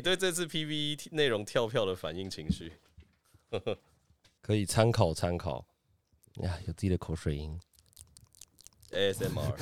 对这次 PVE 内容跳票的反应情绪，可以参考参考。哎呀，有自己的口水音。 ASMR。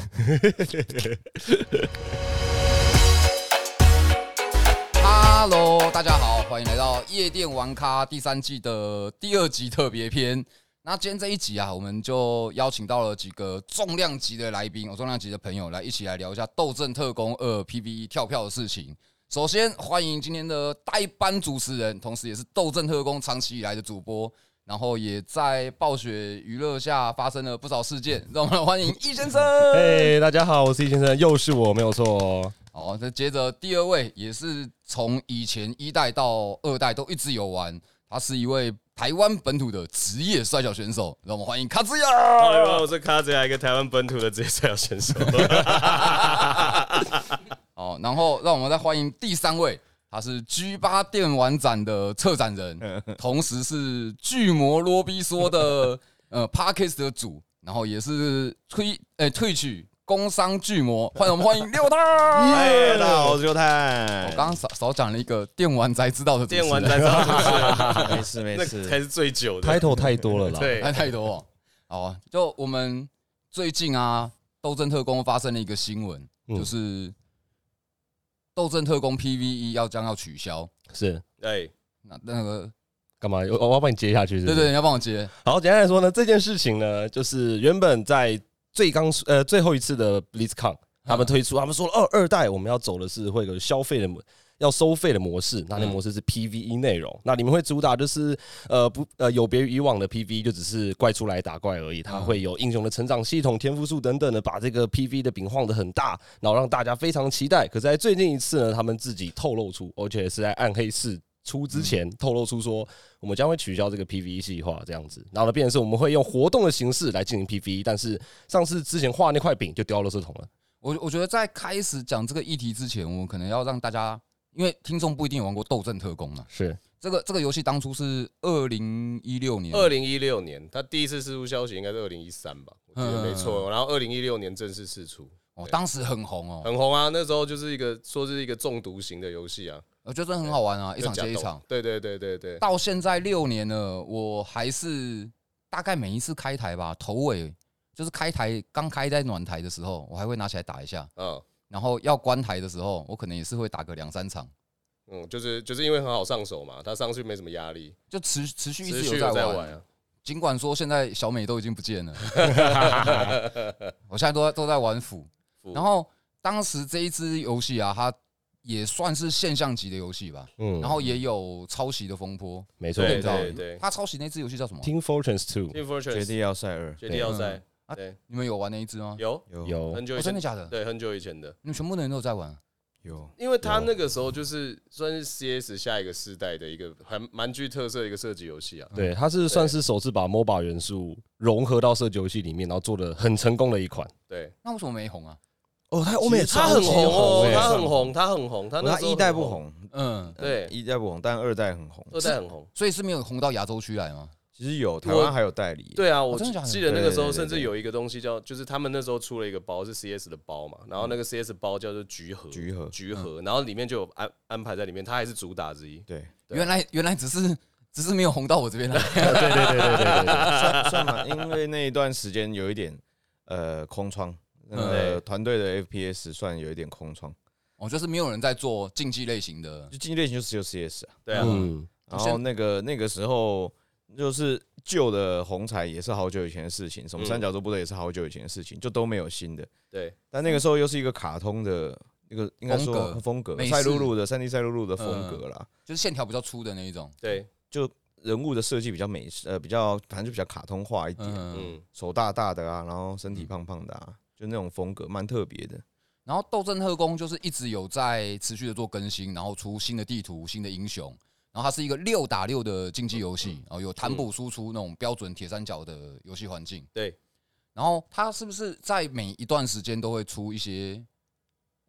Hello，大家好，欢迎来到夜店玩咖第三季的第二集特别篇。那今天这一集啊，我们就邀请到了几个重量级的来宾，我重量级的朋友来一起来聊一下《斗阵特工二》PVE 跳票的事情。首先欢迎今天的代班主持人，同时也是《斗阵特工》长期以来的主播，然后也在暴雪娱乐下发生了不少事件，让我们来欢迎易先生。嘿、哎大家好，我是易先生，又是我，没有错哦。好，那接着第二位也是从以前一代到二代都一直有玩，他是一位台湾本土的职业摔跤选手，让我们欢迎卡兹大家亚。好，我是卡子亚，一个台湾本土的职业赛亚选手。好，然后让我们再欢迎第三位，他是 G 八电玩展的策展人，同时是巨魔罗比说 的呃 Parkes 的主，然后也是推呃退取工商巨魔，欢迎我们欢迎六 大。哎哎嗨，大家好，我是刘我哦泰。刚刚少少讲了一个电玩宅知道的主持人电玩在招没事没 那个才事，是最久的。 title 太多了啦。对那，太多哦。好啊，就我们最近啊，《斗争特工》发生了一个新闻，嗯就是《斗争特工》PVE 要将要取消。是哎，那那个，干嘛？我我要帮你接下去是不对是？对，你要帮我接。好，简单来说呢，这件事情呢，就是原本在最刚呃最后一次的 BlizzCon，他们推出，他们说了哦，二代我们要走的是会有消费的模，要收费的模式，那那模式是 PVE 内容，那里面会主打就是呃不呃有别于以往的 PVE，就只是怪出来打怪而已，它嗯会有英雄的成长系统、天赋数等等的，把这个 PVE 的饼晃得很大，然后让大家非常期待。可是在最近一次呢，他们自己透露出，而且是在暗黑四出之前透露出说，我们将会取消这个 PVE 计划，这样子，然后呢，变成是我们会用活动的形式来进行 PVE，但是上次之前画那块饼就掉到垃圾桶了。我我觉得在开始讲这个议题之前，我们可能要让大家，因为听众不一定有玩过《斗争特工》嘛。是，这个这个游戏当初是二零一六年，二零一六年他第一次释出消息应该是二零一三吧，我记嗯得没错。然后二零一六年正式释出，哦，当时很红哦，很红啊，那时候就是一个说是一个中毒型的游戏啊，我觉得真的很好玩啊，一场接一场。。对对对对对，到现在六年了，我还是大概每一次开台吧，头尾就是开台刚开在暖台的时候，我还会拿起来打一下，嗯然后要关台的时候，我可能也是会打个两三场，嗯，就是就是因为很好上手嘛，他上去没什么压力，就持持续一持直续有有在在玩玩。啊。尽管说现在小美都已经不见了， 啊我现在都在都在玩斧。斧然后当时这一支游戏啊，它也算是现象级的游戏吧，嗯，然后也有抄袭的风波，没错，对知道对对它抄袭那支游戏叫什么啊？ Team Fortress Two ，Team 绝 Fortress 地要塞二绝地要塞嗯，啊对，你们有玩那一支吗？有有有很久哦以真的前，假的？对，很久以前的。你们全部的人都有在玩啊？有，因为他那个时候就是算是 CS 下一个世代的一个还蛮具特色的一个设计游戏啊。嗯对，它是算是首次把 MOBA 元素融合到射击游戏里面，然后做的很成功的一款。对，那为什么没红啊？哦，它嗯他很红哦，欸他很红，他很红，他那他时候一代不很，红，嗯，对一代不红，但二代很红。二代很红。所以是没有红到亚洲区来吗？其实有台湾还有代理，，对啊，我哦真的假的记得那个时候对对对甚至有一个东西叫，就是他们那时候出了一个包是 CS 的包嘛，然后嗯那个 CS 包叫做橘核，橘核橘核，然后里面就有安安排在里面，它还是主打之一。 对，对啊原来原来只是只是没有红到我这边来。 对对对对对对，算算嘛，因为那一段时间有一点呃空窗，呃对团队的 FPS 算有一点空窗，哦，就是没有人在做竞技类型的就竞技类型就只有 CS 啊，对啊，嗯，然后那个那个时候。就是旧的红彩也是好久以前的事情，什么嗯三角洲部队也是好久以前的事情，就都没有新的。对，但那个时候又是一个卡通的那个应该风说格风格美，式赛璐璐的三 D 赛璐璐的风嗯格啦，就是线条比较粗的那一种。对，人物的设计比较美式，呃，比较反正就比较卡通化一点，嗯，嗯，手大大的啊，然后身体胖胖的啊，就那种风格蛮特别的。然后斗争特工就是一直有在持续的做更新，然后出新的地图、新的英雄。然后它是一个六打六的竞技游戏，然后有弹补输出那种标准铁三角的游戏环境。对，然后它是不是在每一段时间都会出一些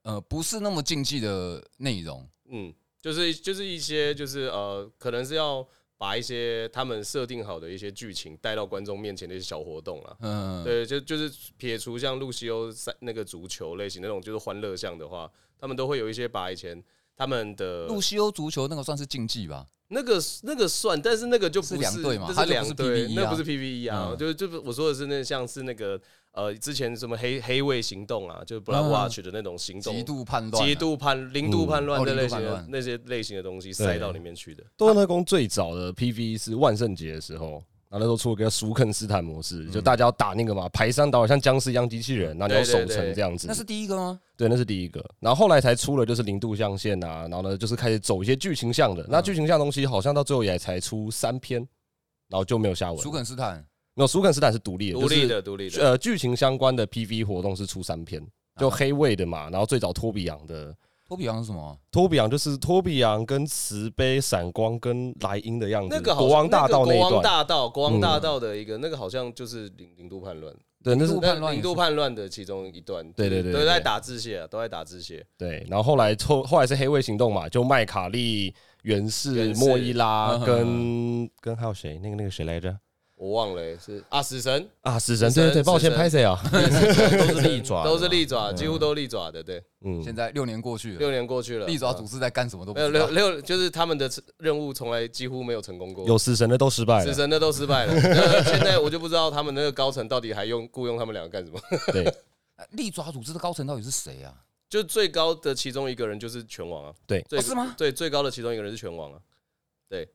呃不是那么竞技的内容？嗯，就是就是一些就是呃，可能是要把一些他们设定好的一些剧情带到观众面前的一些小活动啦。嗯，对，就就是撇除像露西欧赛那个足球类型那种就是欢乐项的话，他们都会有一些把以前。他们的路西欧足球那个算是竞技吧？那个那个算，但是那个就不是两队嘛那它是就不两队，是 PVE 啊那不是 PVE 啊，嗯就是就是我说的是那像是那个呃之前什么黑黑卫行动啊，就是 Black Watch 的那种行动，嗯极度判断啊，极度叛零度叛乱哦的类零度型叛的、乱那些类型的东西塞到里面去的。多特工最早的 PV 是万圣节的时候。然后那时候出了个舒肯斯坦模式，就大家要打那个嘛，排山倒海，像僵尸一样机器人，然后你要对对守对城这样子。那是第一个吗？对，那是第一个。然后后来才出了就是零度象限啊，然后呢就是开始走一些剧情向的。那剧情向的东西好像到最后也才出三篇，然后就没有下文了。舒肯斯坦没有，舒肯斯坦是独立的，独立就是的，独立的，啊呃剧情相关的 PV 活动是出三篇，就黑卫的嘛，然后最早托比昂的。托比昂是什么啊？托比昂就是托比昂跟慈悲、闪光跟莱茵的样子，那个好国王大道那那个一国王段，大道，国王大道的一个、那个好像就是零零度叛乱，对，那是度叛乱也零是度叛乱的其中一段，对对对对都在打字械、啊，都在打字械，对。然后后来后后来是黑卫行动嘛，就麦卡利、源氏、源氏莫伊拉嗯哼跟跟还有谁？那个那个谁来着？我忘了、是啊，死神，啊，死神，死对神对对，抱 歉，死神拍谁啊？都是利爪的啊，都是利爪，几乎都利爪的，对， 嗯，现在六年过去了，六年过去了，利爪啊组织在干什么都不没有知六道。六，就是他们的任务从来几乎没有成功过。有死神的都失败死了，神的都失败了，那现在我就不知道他们那个高层到底还用雇佣他们两个干什么。对哎利爪组织的高层到底是谁啊？就最高的其中一个人就是拳王啊，对最哦是吗对，最高的其中一个人是拳王啊，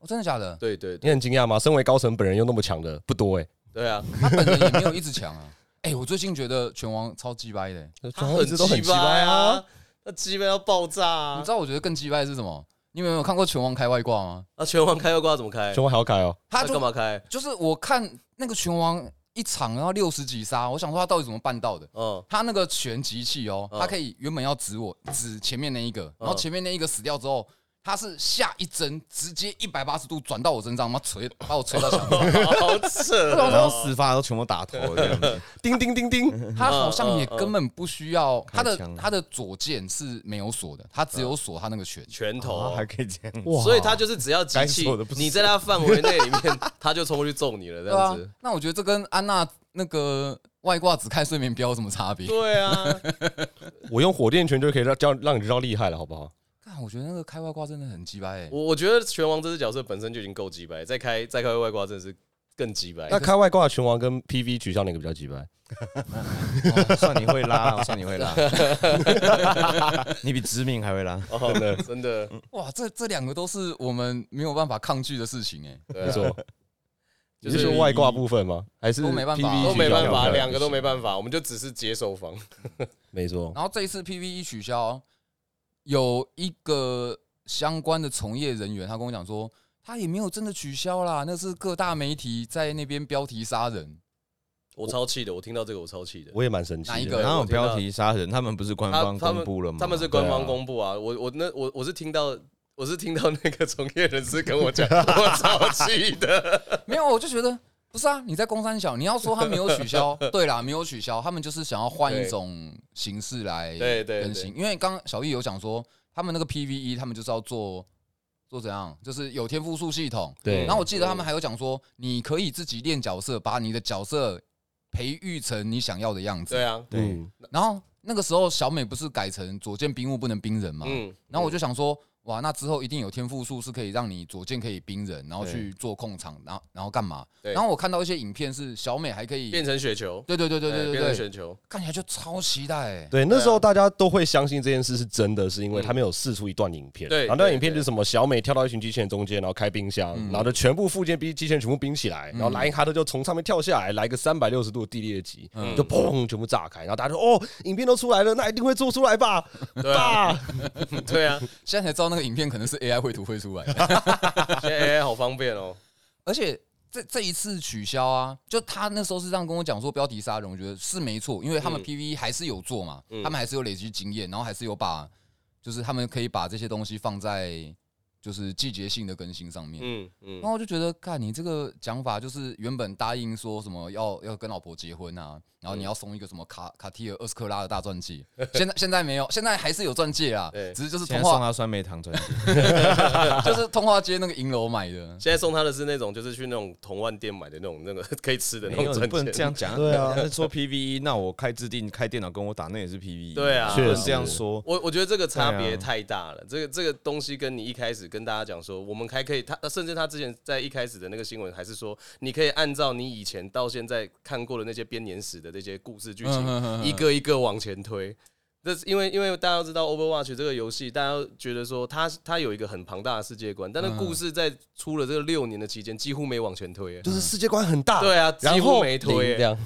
哦，真的假的？对对对你很惊讶吗？身为高层本人又那么强的不多哎，对啊，他本人也没有一直强啊。哎，我最近觉得拳王超鸡掰的欸。他一直都很鸡奇葩啊，，他鸡巴要爆炸你啊知！道我觉得更鸡掰的是什么？你们有看过拳王开外挂吗？那拳王开外挂怎么开？全部好改哦，他就干嘛开？就是我看那个拳王一场然后六十几杀，我想说他到底怎么办到的？ 嗯，他那个拳击器哦，嗯他可以原本要指我指前面那一个，然后前面那一个死掉之后，他是下一针直接一百八十度转到我身上，妈锤把我锤 到墙壁。好扯我想哦！然后四发都全部打头这样子，叮叮叮叮，嗯他好像也根本不需要他的开枪了他的左键是没有锁的，他只有锁他那个拳。拳 哦头还，可以这样，啊哇所以他就是只要机该器说的不，说你在他范围内里面，他就冲过去揍你了，这对啊样子。，那我觉得这跟安娜那个外挂只看睡眠标有什么差别？对啊，我用火电拳就可以让叫让你知道厉害了，好不好？看，我觉得那个开外挂真的很鸡掰欸。我我觉得拳王这只角色本身就已经够鸡掰，再开再开外挂真的是更鸡掰。那开外挂的拳王跟 PV 取消哪个比较鸡掰？哦 算你会 拉，算你会拉，你比知命还会拉，哦，真的真的，嗯哇，这这两个都是我们没有办法抗拒的事情哎。对啊没错， 就你是是说外挂部分吗？还是都没办法 PV 都没办法，取消两个都没办法，我们就只是接受方。没错，然后这一次 PVE 取消，有一个相关的从业人员他跟我讲说，他也没有真的取消啦，那是各大媒体在那边标题杀人。 我超气的，我听到这个我超气的。我也蛮神奇哪一的个。然后标题杀人，他们不是官他方他公们布了吗？他们是官对方啊公布啊，我我那我我是听到我是听到那个从业人士跟我讲，我超气的。没有，我就觉得不是啊，你在公三小，你要说他没有取消，对啦，没有取消，他们就是想要换一种形式来对对对更新，因为刚刚小易有讲说，他们那个 PVE 他们就是要做做怎样，就是有天赋数系统，对然后我记得他们还有讲说，你可以自己练角色，把你的角色培育成你想要的样子对。啊，对嗯，然后那个时候小美不是改成左键兵务不能兵人嘛，嗯，然后我就想说，哇，那之后一定有天赋术是可以让你左键可以兵人，然后对去做控场，然后然后干嘛？对然后我看到一些影片是小美还可以，变成雪球，对对对对哎对变对成对，雪球，看起来就超期待哎、对，那时候大家都会相信这件事是真的，是因为他们有试出一段影片。嗯对然后那段对嗯影片就是什么？小美跳到一群机器人中间，然后开冰箱，然后就全部附件机机器人全部冰起来，然后莱因哈特就从上面跳下来，来个三百六十度的地裂击，嗯就砰全部炸开，然后大家就哦，影片都出来了，那一定会做出来吧？对啊，爸，对啊，现在才知道那个影片可能是 AI 绘图绘出来的，现在 AI 好方便哦。而且。这这一次取消啊，就他那时候是这样跟我讲说标题杀人，我觉得是没错，因为他们嗯 PVE 还是有做嘛，嗯他们还是有累积经验，然后还是有把，就是他们可以把这些东西放在就是季节性的更新上面。嗯然嗯后我就觉得，看你这个讲法，就是原本答应说什么要要跟老婆结婚嗯啊，然后你要送一个什么卡卡地尔二十克拉的大钻戒， 现在现在没有，现在还是有钻戒啊对，只是就是现通在送化他酸梅糖专辑， 就是通化街那个银楼买的，现在送他的是那种，就是去那种同万店买的那种那个 可以吃的那没种钻有哎你戒，不能这样讲。对啊那说 PVE，那我开自定开电脑跟我打那也是 PVE。对啊不能确实这样说。我我觉得这个差对别啊太大了，这个这个东西跟你一开始跟大家讲说，我们还可以，他甚至他之前在一开始的那个新闻，还是说你可以按照你以前到现在看过的那些编年史的这些故事剧情，嗯一个一个往前推。这是因为因为大家都知道 Overwatch 这个游戏，大家都觉得说它它有一个很庞大的世界观，但嗯那故事在出了这个六年的期间，几乎没往前推。哎就是世界观很大，对啊，几然后乎没推零哎。这样，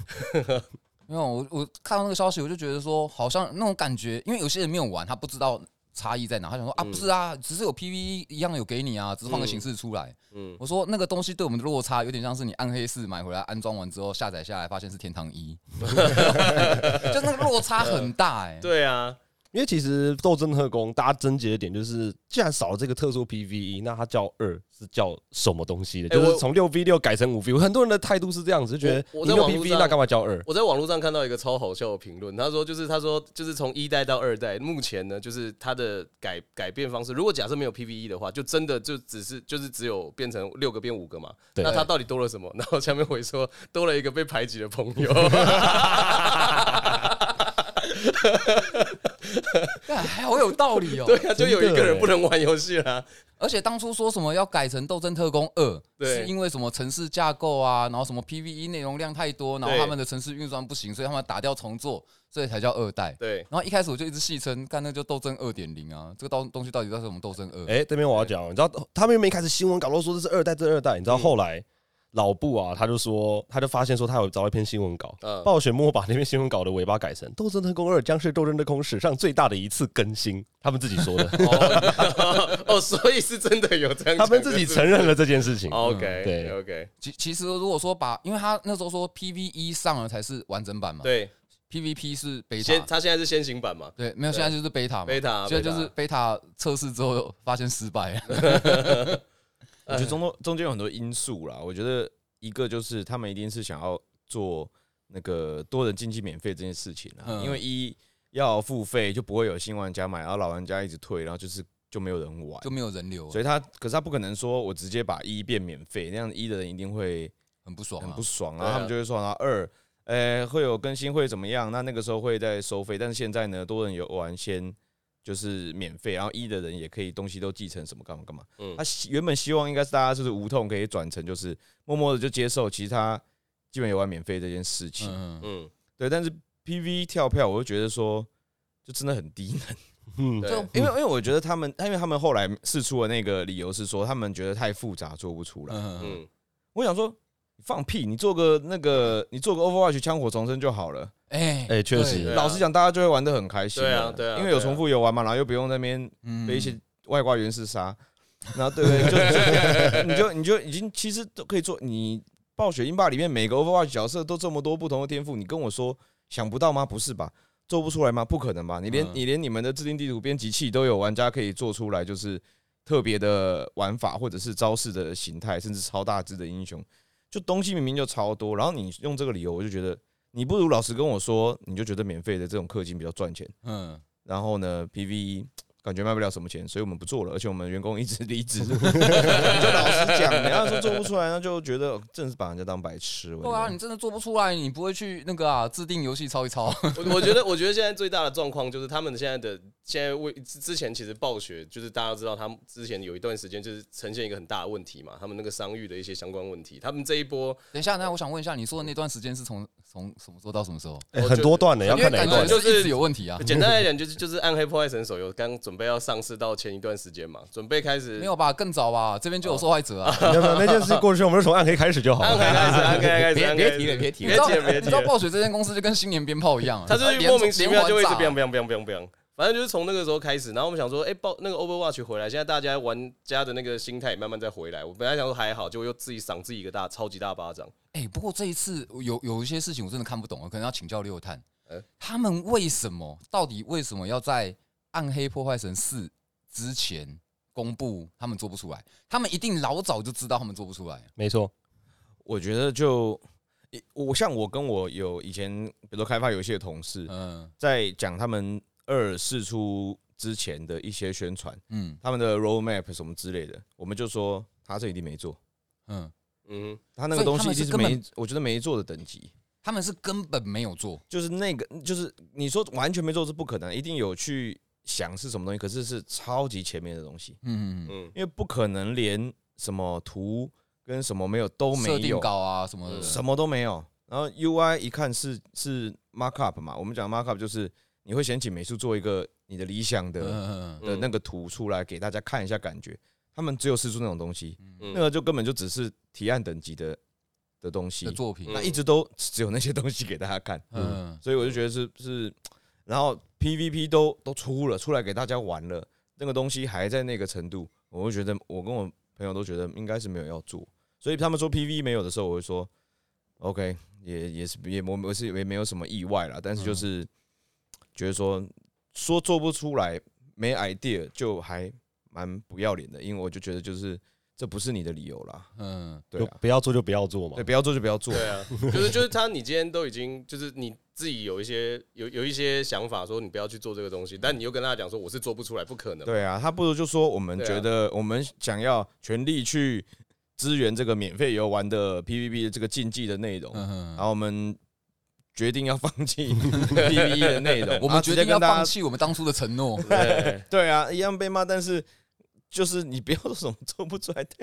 没有，我我看到那个消息，我就觉得说，好像那种感觉，因为有些人没有玩，他不知道差异在哪，他想说嗯啊，不是啊，只是有 PVE 一样有给你啊，只是换个形式出来。嗯我说那个东西对我们的落差有点像是你暗黑四买回来安装完之后下载下来，发现是天堂 一，就那个落差很大哎、对啊，因为其实《斗争特工》大家症结的点就是，既然少了这个特殊 PVE，那它叫二是叫什么东西的？哎就是我从六 V 六改成五 V，很多人的态度是这样子，就觉得我我你在六网络 PVE 上那干嘛叫二？我在网络上看到一个超好笑的评论，他说就是他说就是从一代到二代，目前呢就是它的改改变方式，如果假设没有 PVE 的话，就真的就只是就是只有变成六个变五个嘛，对那他到底多了什么？然后下面回说多了一个被排挤的朋友，但啊还好有道理哦、对啊，就有一个真的人欸不能玩游戏啦，而且当初说什么要改成《斗争特工二》，对是因为什么城市架构啊，然后什么 PVE 内容量太多，然后对他们的城市运算不行，所以他们打掉重做，所以才叫二代。对。然后一开始我就一直戏称，干那就斗争二点零啊，这个东东西到底叫什么斗争二？哎、这边我要讲，你知道他们没开始新闻稿都说这是二代，这是二代。你嗯知道后来、老布啊，他就说，他就发现说他有找到一篇新闻稿，嗯暴雪幕把那篇新闻稿的尾巴改成《斗争特工二》将是《斗争特工》史上最大的一次更新，他们自己说的， 哦， 所以是真的有这样讲的，哦他们自己承认了这件事情。 OK 对 OK 其其实如果说把，因为他那时候说 PVE 上了才是完整版嘛，对， ，PVP 是先 beta，他现在是先行版嘛，对，没有，对现在就是 beta 嘛 beta，现在就是 beta beta 测试之后发现失败，我嗯觉得中中间有很多因素啦。我觉得一个就是他们一定是想要做那个多人经济免费这件事情啦，嗯因为一要付费就不会有新玩家买，然后老玩家一直退，然后就是就没有人玩就。没有人流，所以他，可是他不可能说我直接把一变免费，那样一的人一定会很不爽很啊不。爽，然对后啊他们就会说，然后二，呃，会有更新会怎么样？那那个时候会再收费，但是现在呢，多人游玩先就是免费，然后一的人也可以东西都继承什么干嘛干嘛。嗯他希原本希望应该是大家就是无痛可以转成就是默默的就接受，其实他基本游玩免费这件事情，嗯，嗯，对，但是 PV 跳票，我就觉得说。就真的很低能， 嗯，对就因为因为我觉得他们，因为他们后来试出的那个理由是说，他们觉得太复杂做不出来，嗯嗯，嗯，我想说，你放屁！你做个那个，你做个 Overwatch 枪火重生就好了。哎哎确实对啊老实讲，大家就会玩的很开心了。对啊对啊因为有重复游玩嘛，然后又不用在那边嗯被一些外挂原始杀，然后对不对？就就你就你就已经其实都可以做。你暴雪英霸里面每个 Overwatch 角色都这么多不同的天赋，你跟我说想不到吗？不是吧？做不出来吗？不可能吧！你连嗯你连你们的制定地图编辑器都有玩家可以做出来，就是特别的玩法或者是招式的形态，甚至超大只的英雄，就东西明明就超多，然后你用这个理由，我就觉得你不如老实跟我说，你就觉得免费的这种氪金比较赚钱。嗯，然后呢，PVE 感觉卖不了什么钱，所以我们不做了，而且我们员工一直 离职。就老实讲，你要说做不出来，那就觉得真的是把人家当白痴。我对啊，觉你真的做不出来，你不会去那个啊制定游戏抄一抄，我我觉得，我觉得现在最大的状况就是他们现在的现在为之之前其实暴雪就是大家都知道，他们之前有一段时间就是呈现一个很大的问题嘛，他们那个商誉的一些相关问题，他们这一波 等一下，那我想问一下，你说的那段时间是从从什么时候到什么时候？哎我很觉多段呢，要因为看哪感一觉段。就就是是一直有问题啊。简单来讲就是就是《暗黑破坏神》手游刚准备要上市到前一段时间嘛，准备开始没有吧？更早吧，这边就有受害者哦啊！没有没有那件事过去，我们就从暗黑开始就好暗黑了。开始，暗黑开始，暗黑开始你别知道，提了，你别知提道了。暴雪这间公司就跟新年鞭炮一样啊，他就是莫名其妙就会一直 biang 变。 biang biang biang biang，反正就是从那个时候开始，然后我们想说，哎、报那个 Overwatch 回来，现在大家玩家的那个心态慢慢在回来。我本来想说还好，结果又自己赏自己一个大超级大巴掌。哎，不过这一次有有一些事情我真的看不懂，我可能要请教六探呃，他们为什么到底为什么要在《暗黑破坏神四》之前公布他们做不出来，他们一定老早就知道他们做不出来。没错，我觉得就一我像我跟我有以前，比如说开发游戏的同事，嗯在讲他们二试出之前的一些宣传，嗯他们的 roadmap 什么之类的，我们就说他这一定没做，嗯，嗯，他那个东西一定是所以他们是没，我觉得没做的等级，他们是根本没有做，就是那个就是你说完全没做是不可能，一定有去想是什么东西，可是是超级前面的东西，嗯嗯嗯，因为不可能连什么图跟什么没有都嗯，没设定有，稿啊什么嗯的，什么都没有。然后 UI 一看是是 markup 嘛，我们讲 markup 就是你会先请美术做一个你的理想嗯的嗯嗯的那个图出来给大家看一下感觉。他们只有试出那种东西，嗯那个就根本就只是提案等级的的东西的，作品，那一直都只有那些东西给大家看，嗯所以我就觉得是是，然后 PVP 都都出了，出来给大家玩了，那个东西还在那个程度，我就觉得我跟我朋友都觉得应该是没有要做，所以他们说 PV 没有的时候，我会说 OK，也也是也我我是也没有什么意外啦，但是嗯就是觉得说说做不出来没 idea 就还蛮不要脸的，因为我就觉得就是这不是你的理由啦，嗯，对就啊，不要做就不要做嘛对，。不要做就不要做，对啊，就是就是他，你今天都已经就是你自己有一些有有一些想法，说你不要去做这个东西，但你又跟他讲说我是做不出来，不可能。对啊，他不如就说我们对啊觉得我们想要全力去支援这个免费游玩的 PVP 的这个竞技的内容，嗯嗯，然后我们决定要放 弃 PVE 的内容，我然后们直决接定要跟大放家弃我们当初的承 诺，对对啊，一样被骂，但是就是你不要说什么做不出来， 太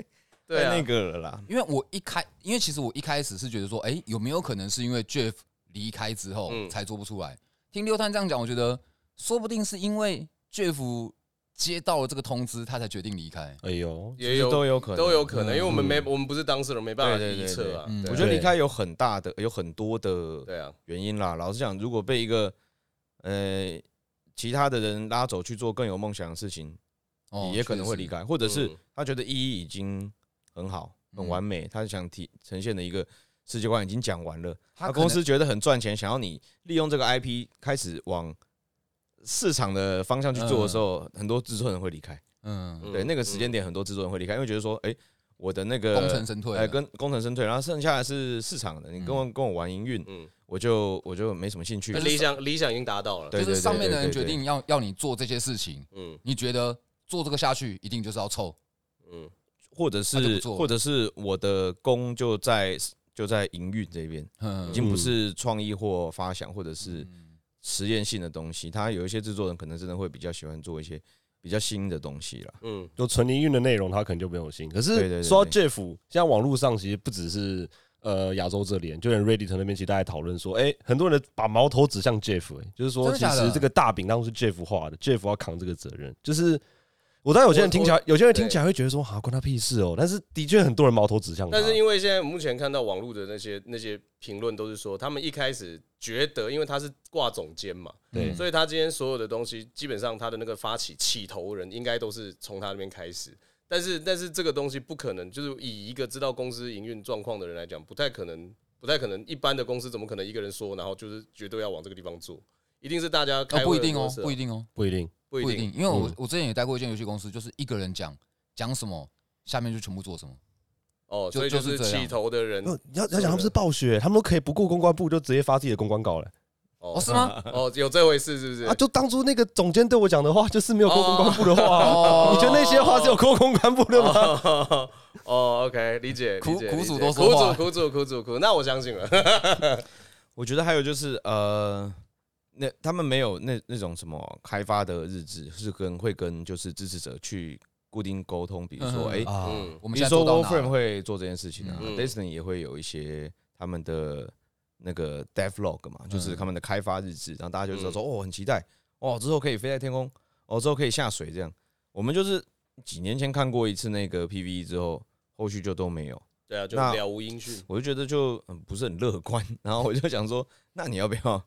对太那啊，个了啦。因为我一开，因为其实我一开始是觉得说，哎、有没有可能是因为 Jeff 离开之后嗯才做不出来？听六探这样讲，我觉得说不定是因为 Jeff 接到了这个通知，他才决定离开。哎呦，也其实有都有可能，啊都有可能，因为我们没我们不是当事人，没办法对预对对测啊。嗯对啊我觉得对离开有很大的，有很多的对啊，原因啦。老实讲，如果被一个呃其他的人拉走去做更有梦想的事情，哦也可能会确离实开，或者是嗯他觉得意义已经很好、很嗯完美，他想提呈现的一个世界观已经讲完了，他他可能公司觉得很赚钱，想要你利用这个 IP 开始往市场的方向去做的时候，很多制作人会离开。嗯，嗯对，那个时间点很多制作人会离开，因为觉得说，哎，我的那个功成身退了。嗯哎跟工程生退，然后剩下的是市场的，你跟我跟我玩营运，嗯，我就我就没什么兴趣那。理想理想已经达到了。对就是上面的人对对决对对定要要你做这些事情，嗯你觉得做这个下去一定就是要臭，嗯或者他就不是做了或者是我的工就在就在营运这边，嗯已经不是创意或发想或者是实验性的东西。他有一些制作人可能真的会比较喜欢做一些比较新的东西啦。呃嗯，就纯营运的内容，他可能就没有心。可对对是对说到 Jeff，现在网络上其实不只是呃亚洲这边，就连 Reddit 那边其实大家讨论说，哎、很多人把矛头指向 Jeff，、哎，就是说真的其假的实这个大饼当初是 Jeff 画的，Jeff 要扛这个责任。就是我当然有些人听起来，有些人听起来会觉得说，啊，关他屁事哦。但是的确很多人矛头指向他，但是因为现在目前看到网络的那些那些评论都是说，他们一开始觉得，因为他是挂总监嘛，嗯对所以他今天所有的东西，基本上他的那个发起起头人应该都是从他那边开始。但是，但是这个东西不可能，就是以一个知道公司营运状况的人来讲，不太可能，不太可能。一般的公司怎么可能一个人说，然后就是绝对要往这个地方做？一定是大家哦开、不一定哦，不一定哦，不一定。啊不一不一定，定，因为我嗯我之前也待过一间游戏公司，就是一个人讲讲什么，下面就全部做什么。哦，就所以就是是这样起头的人呃你要你要讲他们是暴雪，他们都可以不顾公关部就直接发自己的公关稿了、哦，哦是 吗？哦，有这回事是不是？啊！就当初那个总监对我讲的话，就是没有过公关部的话啊、哦你觉得那些话是有过公关部的吗？哦 哦，OK，理解。苦理解苦理主解都苦说话主苦主苦主苦，那我相信了。 我觉得还有就是呃，那他们没有那那种什么开发的日志，是跟会跟就是支持者去固定沟通，比如说嗯哎，啊嗯，我们比现在如做说 w 到 o r f r a m e 哪？会做这件事情啊嗯，Destiny 也会有一些他们的那个 devlog 嘛，嗯就是他们的开发日志，然后大家就知道说哦，很期待哦，之后可以飞在天空，哦，之后可以下水这样。我们就是几年前看过一次那个 PVE 之后，后续就都没有，对啊，就那了无音讯。我就觉得就嗯不是很乐观，然后我就想说，那你要不要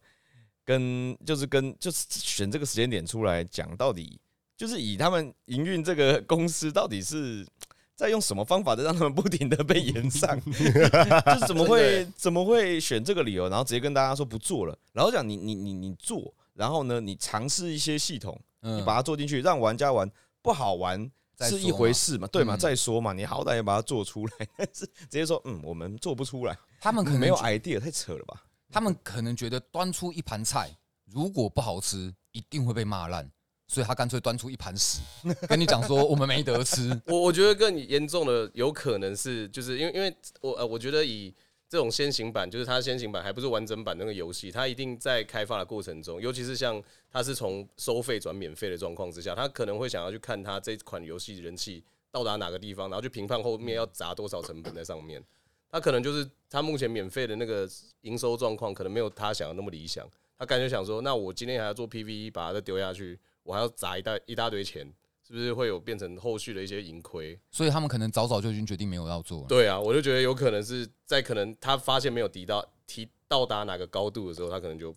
跟就是跟就是选这个时间点出来讲，到底就是以他们营运这个公司到底是在用什么方法在让他们不停的被延上， 就是怎么真会怎么会选这个理由，然后直接跟大家说不做了，然后讲你你你你做，然后呢你尝试一些系统，嗯你把它做进去，让玩家玩不好玩。再是说一回嘛事嘛，对嘛？嗯再说嘛，你好歹也把它做出来， 但是直接说嗯，我们做不出来，他 们可能没有觉 idea，太扯了吧？他们可能觉得端出一盘菜，如果不好吃，一定会被骂烂，所以他干脆端出一盘屎，跟你讲说我们没得吃。我我觉得更严重的有可能是，就是因为因为我呃，我觉得以这种先行版，就是它先行版还不是完整版那个游戏，它一定在开发的过程中，尤其是像它是从收费转免费的状况之下，它可能会想要去看它这款游戏人气到达哪个地方，然后去评判后面要砸多少成本在上面。它可能就是它目前免费的那个营收状况，可能没有他想的那么理想。他感觉想说，那我今天还要做 PVE，把它再丢下去，我还要砸一大一大堆钱，是不是会有变成后续的一些盈亏？所以他们可能早早就已经决定没有要做了。对啊，我就觉得有可能是在可能他发现没有提到提到达哪个高度的时候，他可能就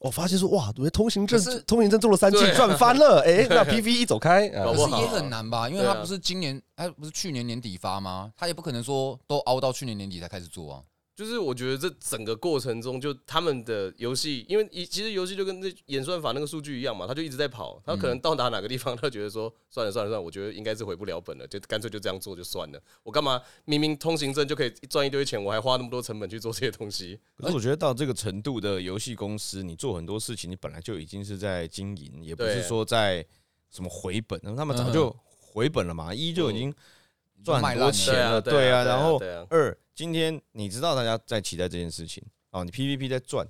我哦发现说哇，我的通行证可是通行证做了三季对，啊赚翻了。哎，那 PVE 走开，啊搞可不是好也很难吧，因为对他啊不是今年，他不是去年年底发吗？他也不可能说都熬到去年年底才开始做啊。就是我觉得这整个过程中，就他们的游戏，因为一其实游戏就跟那演算法那个数据一样嘛，他就一直在跑，他可能到达哪个地方，他觉得说算了算了算了，我觉得应该是回不了本了，就干脆就这样做就算了。我干嘛明明通行证就可以赚一堆钱，我还花那么多成本去做这些东西？可是我觉得到这个程度的游戏公司，你做很多事情，你本来就已经是在经营，也不是对啊说在什么回本，他嗯们早就回本了嘛，一就已经赚卖很烂多了钱对啊了，对啊对啊，对啊然后对啊二今天你知道大家在期待这件事情啊，你 PVP 在赚，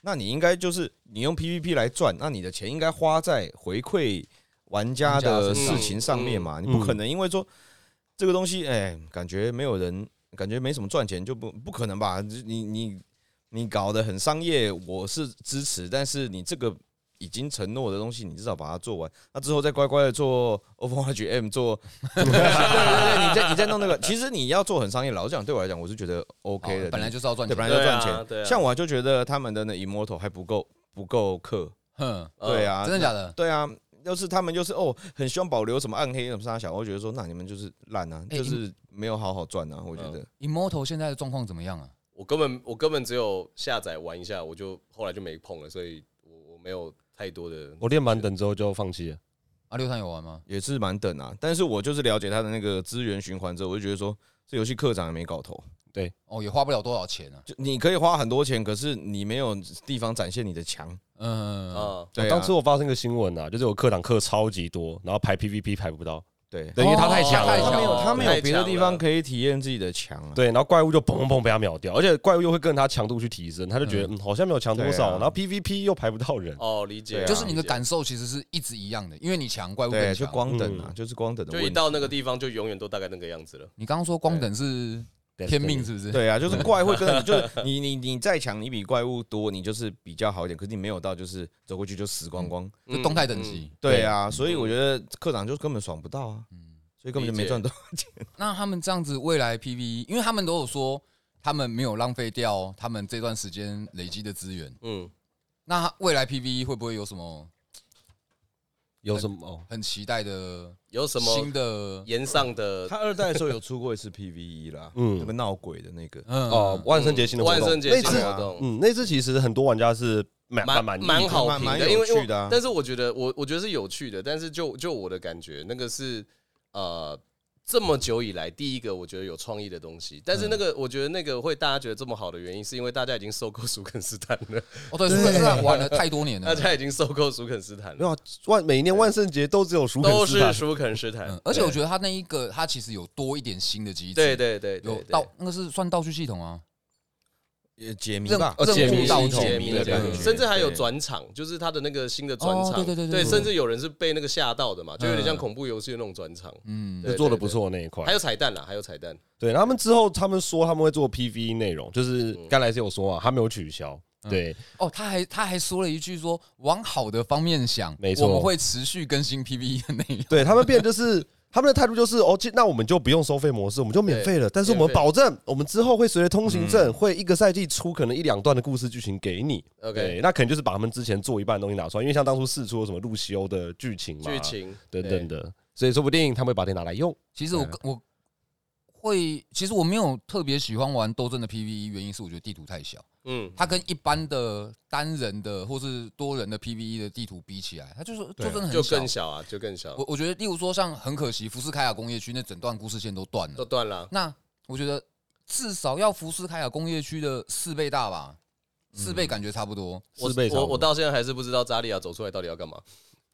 那你应该就是你用 PVP 来赚，那你的钱应该花在回馈玩家的玩家身上嗯事情上面嘛，你不可能因为说这个东西，哎，感觉没有人，感觉没什么赚钱，就不不可能吧？你你你搞得很商业，我是支持，但是你这个已经承诺的东西，你至少把它做完，那之后再乖乖的做 Overwatch M 做，对对对，啊你哦再你再弄那 个，其实你要做很商业，老实讲，对我来讲，我是觉得 OK 的，哦本来就是要赚对钱本来就要对啊赚钱，对啊像我就觉得他们的那 Immortal 还不够不够氪，哼，呃对啊，真的假的？对啊，要是他们就是哦，很希望保留什么暗黑什么啥小，我会觉得说，那你们就是烂啊，哎就是没有好好赚啊，我觉得。 Immortal 现在的状况怎么样啊？我根本我根本只有下载玩一下，我就后来就没碰了，所以我我没有太多的。我练满等之后就放弃了。啊，六三有玩吗？也是蛮等啊，但是我就是了解他的那个资源循环之后，我就觉得说这游戏课长也没搞头，哦，也花不了多少钱啊。就你可以花很多钱，可是你没有地方展现你的强。嗯，啊，对、啊，哦当初我发生一个新闻啊，就是我课堂课超级多，然后排 PVP 排不到，对，对，因为他太强哦了，太强他没有了他没有别的地太强了方可以体验自己的强啊。对，然后怪物就砰砰砰被他秒掉，而且怪物又会跟着他强度去提升，他就觉得嗯好像没有强多对啊少，然后 PVP 又排不到人，哦，理解，对啊就是你的理解感受其实是一直一样的，因为你强，怪物对，更就强。光等啊，嗯就是光等的就问一题。到那个地方就永远都大概那个样子了。你刚刚说光等是天命是不是？对啊， 就是怪会跟着你，就是你你你再强，你比怪物多，你就是比较好一点。可是你没有到，就是走过去就死光光。就动态等级。嗯对啊，所以我觉得科长就根本爽不到啊，所以根本就没赚到。那他们这样子未来 PVE，因为他们都有说他们没有浪费掉他们这段时间累积的资源，嗯，嗯，那未来 PVE 会不会有什么有什么？哦很期待的有什新么的？延上的嗯他二代的时候有出过一次 PVE 啦，嗯那个闹鬼的那个，嗯哦，万圣节新的活嗯万动，圣节那新次活啊动？嗯，那次其实很多玩家是蛮蛮满意蛮的好评蛮的，蛮因有为因为趣的啊但是我觉得我我觉得是有趣的，但是就就我的感觉，那个是呃这么久以来第一个我觉得有创意的东西。但是那个、我觉得那个会大家觉得这么好的原因，是因为大家已经受够舒肯斯坦了，哦，对，是不是玩了太多年 大 了？家已经受够舒肯斯坦没了，有啊万每一年万圣节都只有熟都肯斯是坦，舒肯斯坦。嗯，而且我觉得他那一个，他其实有多一点新的机制，对对对对有对道那个是算道具系统啊，也解谜任吧，呃解任谜务系道统具哦解谜谜的的感感觉觉，甚至还有对转场，就是他的那个新的转哦场，对对对对对，对甚至有人是被那个吓到的嘛，就有点像嗯恐怖游戏的那种转场，嗯，对就做的不错那一块还。有彩蛋啦，还有彩蛋，对，他们之后他们说他们会做 PVE 内容，就是嗯刚才是有说嘛，他没有取消。对，哦，他还他还说了一句说往好的方面想，没错我们会持续更新 PVE 的内容。 对他们变得就是 他们的态度就是哦，其那我们就不用收费模式，我们就免费了。但是我们免费嗯保证，我们之后会随着通行证，会一个赛季出可能一两段的故事剧情给你。 OK 对，那可能就是把他们之前做一半的东西拿出来，因为像当初试出有什么路西欧的剧情嘛、剧情等对等的，所以说不定他们会把这拿来用。其实我跟我会，其实我没有特别喜欢玩斗争的 E， PVE，原因是我觉得地图太小。嗯，它跟一般的单人的或是多人的 PVE 的地图比起来，它就是就对啊真的很就小更。小啊，就更小我，我觉得，例如说像很可惜，福斯凯亚工业区那整段故事线都断了都。断了啊。那我觉得至少要福斯凯亚工业区的四倍大吧，四倍感觉差不多。我四倍我长我到现在还是不知道扎利亚走出来到底要干嘛。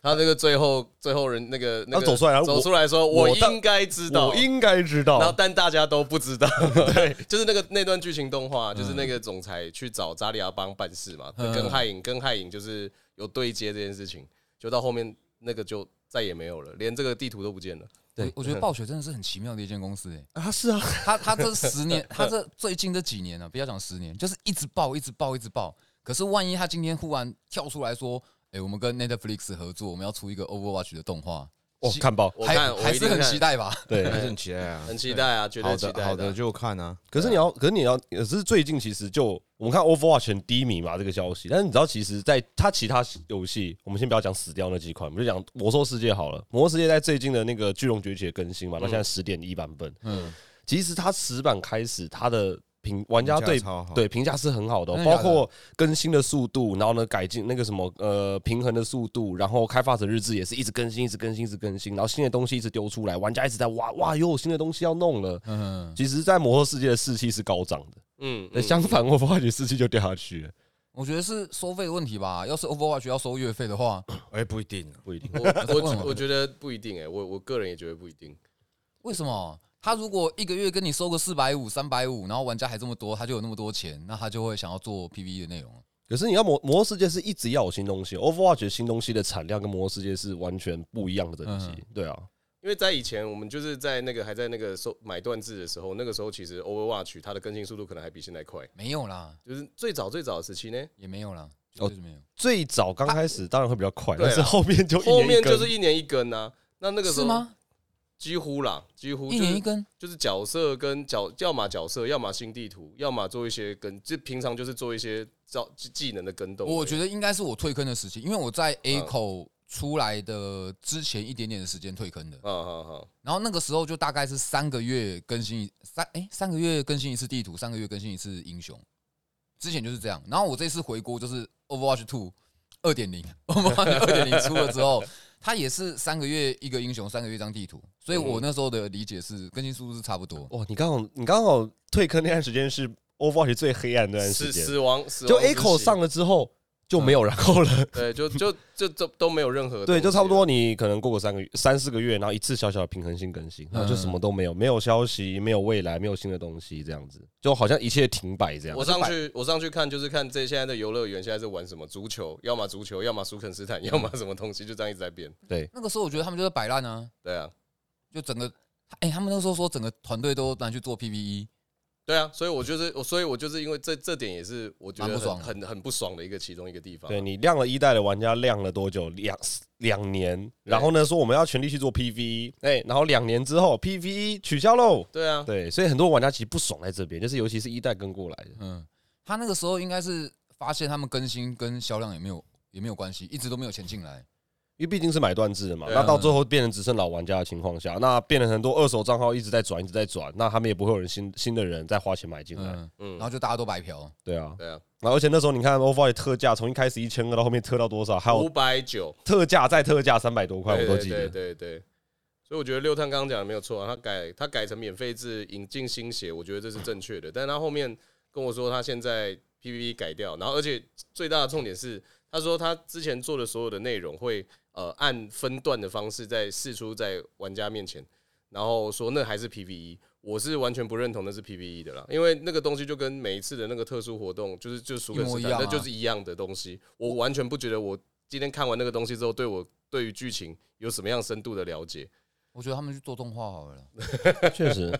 他那个最后最后人那个那他个走出来了走我出来说，我我当应该知道，我应该知道。然后但大家都不知道，对，就是那个那段剧情动画，就是那个总裁去找扎里亚邦办事嘛，嗯跟汉影跟汉影就是有对接这件事情，就到后面那个就再也没有了，连这个地图都不见了。我我觉得暴雪真的是很奇妙的一间公司、欸，啊，是啊，他他这十年，他这最近这几年呢、啊不要讲十年，就是一直爆，一直爆，一直爆。可是万一他今天忽然跳出来说，哎、我们跟 Netflix 合作，我们要出一个 Overwatch 的动画，我哦看爆。我还看我还一是定很看期，待吧？对，还是很期待啊，很期待啊，绝对好期的待好的就看啊，可是你要，可是你要，可是最近其实就我们看 Overwatch 很低迷嘛，这个消息。但是你知道，其实在它其他游戏，我们先不要讲死掉那几款，我们就讲《魔兽世界》好了。《魔兽世界》在最近的那个《巨龙崛起》的更新嗯嘛，到现在十点一版本，嗯，其实它十版开始，它的评玩家对评价超好对评价是很好的哦、真的包假的括更新的速度，然后呢改进那个什么呃平衡的速度，然后开发者日志也是一直更新，一直更新，一直更新，然后新的东西一直丢出来，玩家一直在哇哇又有新的东西要弄了。 嗯，其实，在魔兽世界的士气是高涨的，嗯，那嗯相反，我发觉士气就掉下去了。我觉得是收费的问题吧。要是 Overwatch 要收月费的话，哎不一定啊，不 一定，我为什么我我觉得不一定哎，我我个人也觉得不一定，为什么？他如果一个月跟你收个四百五、三百五，然后玩家还这么多，他就有那么多钱，那他就会想要做 PVE 的内容了。可是你要魔魔兽世界是一直要有新东西，Overwatch 的新东西的产量跟魔兽世界是完全不一样的等级嗯。对啊，因为在以前我们就是在那个还在那个收买断制的时候，那个时候其实 Overwatch 它的更新速度可能还比现在快，没有啦，就是最早最早的时期呢，也没有啦，哦绝对是没有。最早刚开始当然会比较快，对啊但是后面就一后年一面就更是一年一根呐、那那个时是候吗？几乎啦，几乎一就是年一根？就是角色跟角，要么角色，要么新地图，要么做一些跟，就平常就是做一些招技技能的跟动。我觉得得应该是我退坑的时期，因为我嗯在 A 口出来的之前一点点的时间退坑的，啊啊啊，然后那个时候就大概是三个月更新一三哎、三个月更新一次地图，三个月更新一次英雄，之前就是这样。然后我这次回国就是 Overwatch Two 二点零，Overwatch 二点零出了之后，它也是三个月一个英雄，三个月一张地图，嗯所以我那时候的理解是更新速度是差不多。哇，你刚好你刚好退坑那段时间是 Overwatch 最黑暗那段时死间，死亡死亡就之 A 口息上，了之后就没有嗯然后了。对，就就就就都没有任何对，就东西啊差不多。你可能过个三个月、三四个月，然后一次小小的平衡性更嗯新，然后就什么都没有，没有消息，没有未来，没有新的东西，这样子，就好像一切停摆这样我。上去，我上去看，就是看这现在的游乐园现在是玩什么足球，要么足球，要么苏肯斯坦， 要么什么东西，就这样一直在变。那个时候我觉得他们就是摆烂啊，对啊，就整个哎、他们那时候说整个团队都拿去做 E PVE。对啊，所以我就是我，所以我就是因为这这点也是我觉得蛮不爽很的很很不爽的一个其中一个地方。啊对你亮了一代的玩家亮了多久？两两年，然后呢说我们要全力去做 PVE，哎，然后两年之后 PVE 取消喽。对啊，对，所以很多玩家其实不爽在这边，就是尤其是一代跟过来的，嗯，他那个时候应该是发现他们更新跟销量也没有也没有关系，一直都没有钱进来。因为毕竟是买断制的嘛。对啊那到最后变成只剩老玩家的情况下，那变成很多二手账号一直在转，一直在转，那他们也不会有人新新的人再花钱买进来。嗯，嗯然，后就大家都白嫖。对啊，对啊，然后而且那时候你看 OFO 特价，从一开始一千二到后面特到多少，还五有百九，特价再特价三百多块，我对都记对得。对对对所以我觉得六探刚刚讲的没有错、啊，他改他改成免费制引进新血，我觉得这是正确的。但他后面跟我说他现在 PVP 改掉，然后而且最大的重点是，他说他之前做的所有的内容会呃按分段的方式在试出在玩家面前，然后说那还是 PVE。我是完全不认同那是 PVE 的啦，因为那个东西就跟每一次的那个特殊活动，就是就熟一跟模实一弹，样那啊就是一样的东西。我完全不觉得我今天看完那个东西之后，对我对于剧情有什么样深度的了解？我觉得他们去做动画好了啦，确实，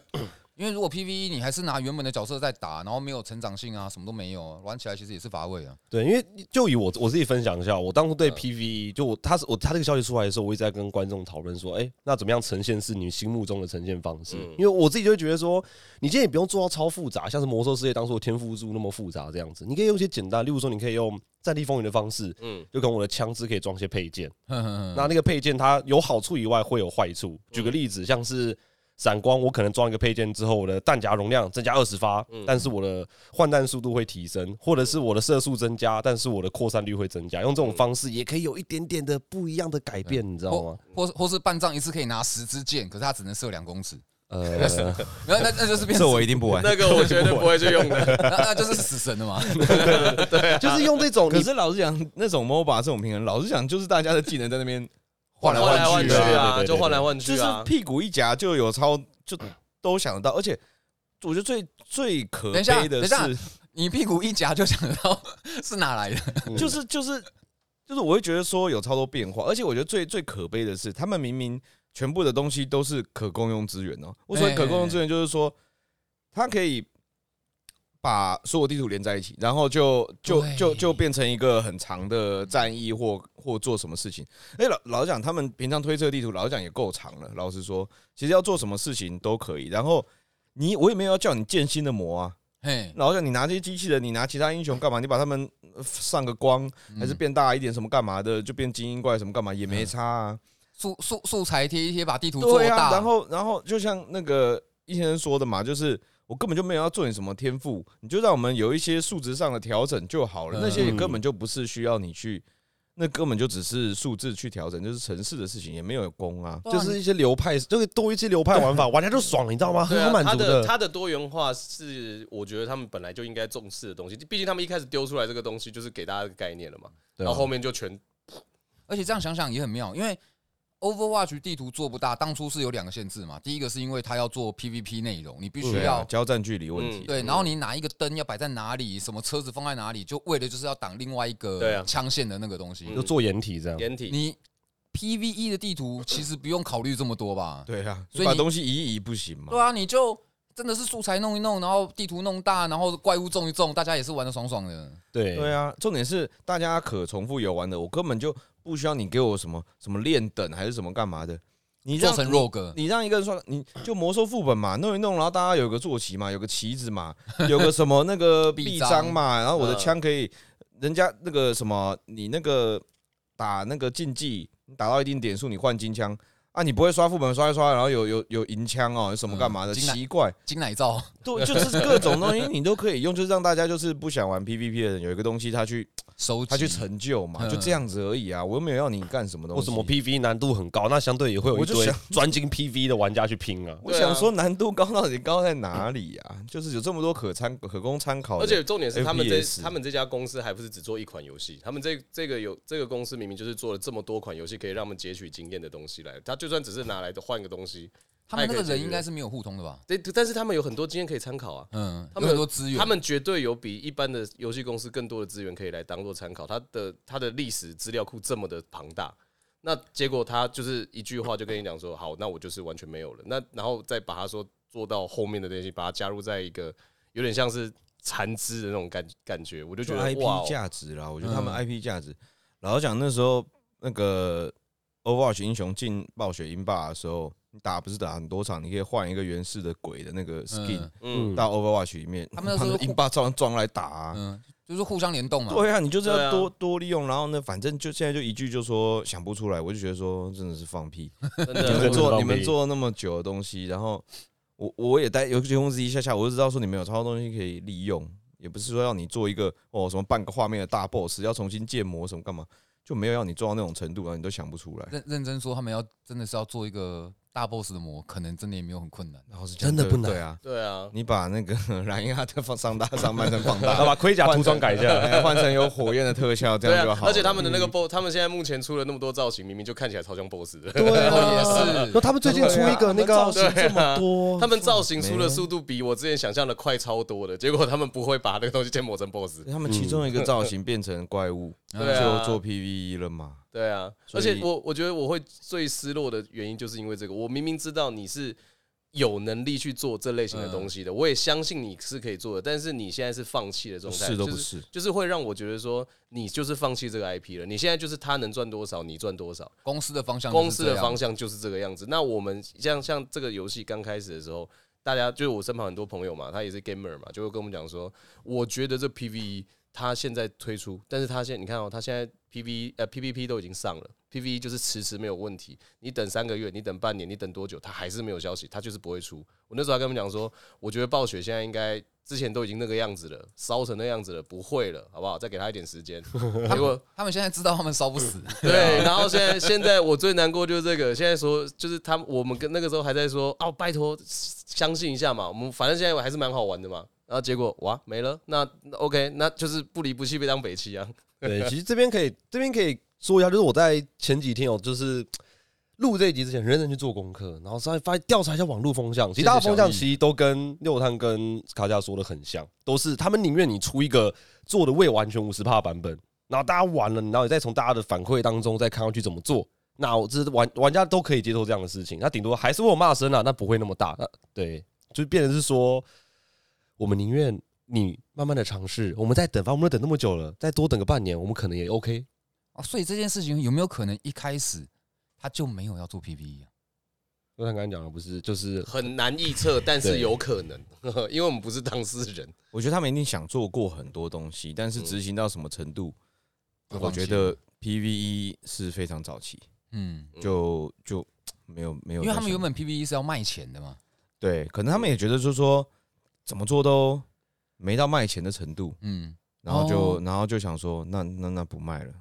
因为如果 PVE 你还是拿原本的角色在打，然后没有成长性啊，什么都没有，玩起来其实也是乏味啊。 对，因为就以我我自己分享一下，我当初对嗯 PVE 就我他是我他这个消息出来的时候，我一直在跟观众讨论说，哎，那怎么样呈现是你心目中的呈现方式？嗯因为我自己就会觉得说，你今天也不用做到超复杂，像是魔兽世界当初的天赋树那么复杂这样子，你可以用一些简单，例如说你可以用战地风云的方式，嗯，就跟我的枪支可以装一些配件。 哼哼哼嗯那那个配件它有好处以外，会有坏处。举个例子，像是闪光我可能装一个配件之后，我的弹夹容量增加二十发，嗯但是我的换弹速度会提升，或者是我的射速增加，但是我的扩散率会增加。用这嗯种方式也可以有一点点的不一样的改嗯变，你知道吗或？或是或是半藏一次可以拿十支箭，可是他只能射两公尺，呃，那那那就是变 这成我一定 不玩。那个我绝对不会去用的。那那就是死神了嘛。 就是用这种，可是老实讲，那种 MOBA 这种平衡，老实讲就是大家的技能在那边换来换来换换去去啊啊，对对对就换来换就去是啊。屁股一夹就有超，就都想得到。而且我觉得最最可等一下悲的等一下是，你屁股一夹就想得到是哪来的，嗯就是就是就是，我会觉得说有超多变化。而且我觉得最最可悲的是，他们明明全部的东西都是可共用资源哦、我所谓可共用资源，就是说它可以。把所有地图连在一起，然后就就对就就变成一个很长的战役或或做什么事情。哎，老老实讲，他们平常推测地图，老实讲也够长了。老实说，其实要做什么事情都可以。然后你我也没有要叫你建新的魔啊，嘿，老实讲，你拿这些机器人，你拿其他英雄干嘛？你把他们呃上个光，还嗯是变大一点什么干嘛的？就变精英怪什么干嘛也没差啊。素素素材贴一贴，把地图嗯做对大，啊，然后然后就像那个易先生说的嘛，就是我根本就没有要做你什么天赋，你就让我们有一些数值上的调整就好了。嗯那些也根本就不是需要你去，那根本就只是数字去调整，就是城市的事情，也没有功啊。对啊就是一些流派，就是多一些流派玩 法，玩家就爽了，你知道吗？很对好啊，满它足的它的多元化是我觉得他们本来就应该重视的东西，毕竟他们一开始丢出来这个东西就是给大家的概念了嘛，对然啊后后面就全而且这样想想也很妙，因为 Overwatch 地图做不大，当初是有两个限制嘛。第一个是因为它要做 PVP 内容，你必须对要、啊，交战距离问题。嗯对，然后你哪一个灯要摆在哪里，什么车子放在哪里，就为了就是要挡另外一对个啊嗯枪线的那个东西。就做掩体这样。掩体。你 PVE 的地图其实不用考虑这么多吧？对啊，所以把你东西移一移不行吗？对啊，你就真的是素材弄一弄，然后地图弄大，然后怪物种一种，大家也是玩的爽爽的。对对啊，重点是大家可重复游玩的，我根本就不需要你给我什么什么练等还是什么干嘛的。你做让成 rog，你让一个人说，你就魔兽副本嘛，弄一弄，然后大家有个坐骑嘛，有个旗子嘛，有个什么那个臂臂章章嘛，然后我的嗯枪可以，人家那个什么，你那个打那个竞技，你打到一定点数你换金枪啊，你不会刷副本刷一刷，然后有有有银枪哦，有什么干嘛的，嗯金奶奇怪。金 奶罩，对，就是各种东西你都可以用，就是让大家就是不想玩 PVP 的人有一个东西，他去收集他去成就嘛，嗯就这样子而已啊，我又没有要你干什么东为西。什么 PV 难度很高，那相对也会有我一就堆想专精 PV 的玩家去拼啊。我想说难度高到底高在哪里啊？ 就是有这么多可参可供参考的，而且重点是，他们这 FPS 他们这家公司还不是只做一款游戏，他们这这个有这个公司明明就是做了这么多款游戏可以让我们截取经验的东西来，他就算只是拿来换个东西，他们那个太可人惜应该了是没有互通的吧？对，但是他们有很多经验可以参考啊。嗯，他有们很多资源，他们绝对有比一般的游戏公司更多的资源可以来当做参考，它的它的历史资料库这么的庞大，那结果他就是一句话就跟你讲说，好，那我就是完全没有了，那然后再把它说做到后面的那些，把它加入在一个有点像是残枝的那种感感觉，我就觉就得哇、 IP 哦，价值啦，我觉得他们嗯 IP 价值，老实讲那时候那个 Overwatch 英雄进暴雪英霸的时候，你打不是打很多场，你可以换一个原始的鬼的那个 skin 嗯嗯，到 Overwatch 里面，他们 那时候英霸照样撞来打啊。嗯，就是互相联动嘛。 对啊，你就是对要啊多、多利用，然后呢，反正就现在就一句就说想不出来，我就觉得说真的是放屁，嗯真 你的们我知做道你们屁做那么久的东西，然后我我也待有些公司一下下，我就知道说你们有超多东西可以利用，也不是说要你做一个哦什么半个画面的大 boss，要重新建模什么干嘛，就没有要你做到那种程度，然啊后你都想不出来。认认真说，他们要真的是要做一个大 boss 的模，可能真的也没有很困难。然后是真的不难对啊，对啊，你把那个 染一下的放上大上半身 放要大，把盔啊甲涂装改一下，哎换成有火焰的特效，这对样就啊，好了。而且嗯他们的那个 BOSS，他们现在目前出了那么多造型，明明就看起来超像 BOSS 的。 对啊哦也是 那他们最近出一个那个啊对啊这么多，他们造型出的速度比我之前想象的快超多的，结果他们不会把那个东西建模成 BOSS。他们其中一个造型变成 怪物，对啊就做 PVE 了嘛。对啊，而所以且我我觉得我会最失落的原因就是因为这个，我明明知道你是有能力去做这类型的东西嗯的，我也相信你是可以做的，但是你现在是放弃的状态，是都不就是是。就是会让我觉得说，你就是放弃这个 IP 了。你现在就是他能赚多少，你赚多少，公司的方向，公司的方，向就是这个样子。那我们像像这个游戏刚开始的时候，大家就是我身旁很多朋友嘛，他也是 gamer 嘛，就会跟我们讲说，我觉得这 E PVE 它现在推出，但是它现在你看哦，它现在 PVE 呃 PVP 都已经上了 PVE 就是迟迟没有问题。你等三个月，你等半年，你等多久，它还是没有消息，它就是不会出。我那时候还跟他们讲说，我觉得暴雪现在应该之前都已经那个样子了，烧成那样子了，不会了，好不好？再给他一点时 间。结果他们现在知道他们烧不死，对，然后现在现在我最难过就是这个，现在说就是他们我们跟那个时候还在说哦，拜托相信一下嘛，我们反正现在还是蛮好玩的嘛。然后结果哇没了，那那 OK，那就是不离不弃被当北齐啊。对，其实这边可以，这边可以说一下，就是我在前几天有就是录这一集之前，认真去做功课，然后再发调查一下网络风向。其实大家风向其实都跟六探跟卡加说的很像，都是他们宁愿你出一个做的未完全五十帕版本，然后大家玩了，然后你再从大家的反馈当中再看上去怎么做。那我这是玩玩家都可以接受这样的事情，那顶多还是会有骂声啊，那不会那么大。那对，就变成是说，我们宁愿你慢慢的尝试，我们再等，反正我们都等那么久了，再多等个半年，我们可能也 OK。啊，所以这件事情有没有可能一开始他就没有要做 PVE 啊？就像刚才讲的，不是就是很难预测，但是有可能， 因为我们不是当事人。我觉得他们一定想做过很多东西，但是执行到什么程度，就我放弃觉得 PVE 是非常早期，嗯，嗯就就没有没有因为在想，他们原本 PVE 是要卖钱的嘛，对，可能他们也觉得就是说怎么做都没到卖钱的程度，嗯，然后就、哦然后就想说，那那那不卖了。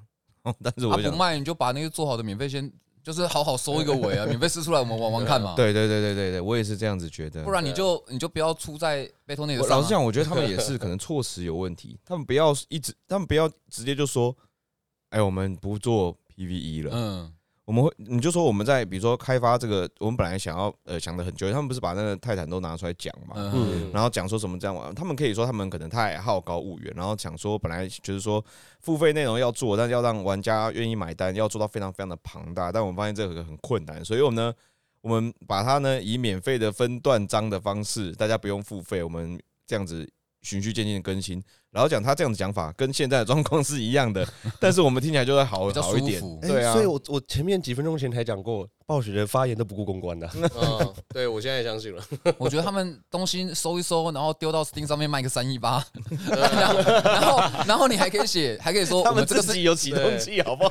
但是啊我就想不，卖你就把那个做好的免费先，就是好好收一个尾 啊，免费试出来我们玩玩看嘛，，对对对对对对，我也是这样子觉得。不然你就你就不要出在 Battle 内的我上啊老实讲，我觉得他们也 是可能措辞有问题，他们不要一直，他们不要直接就说，哎，我们不做 PVE 了，嗯，我们会你就说我们在比如说开发这个，我们本来想要呃想的很久，他们不是把那个泰坦都拿出来讲嘛，嗯嗯然后讲说什么这样玩，他们可以说他们可能太好高骛远，然后讲说本来就是说付费内容要做，但是要让玩家愿意买单，要做到非常非常的庞大，但我们发现这个很困难，所以我们呢，我们把它呢以免费的分段章的方式，大家不用付费，我们这样子循序渐进的更新。然后讲他这样子讲法跟现在的状况是一样的，但是我们听起来就会好比较好一舒点，服，对啊哎所以我我前面几分钟前才讲过，暴雪的发言都不顾公关的、嗯，对我现在也相信了。 我觉得他们东西收一收，然后丢到 Steam 上面卖个三一八，然后然后然后你还可以写，还可以说我 他们们这自个是己有启动器好不好？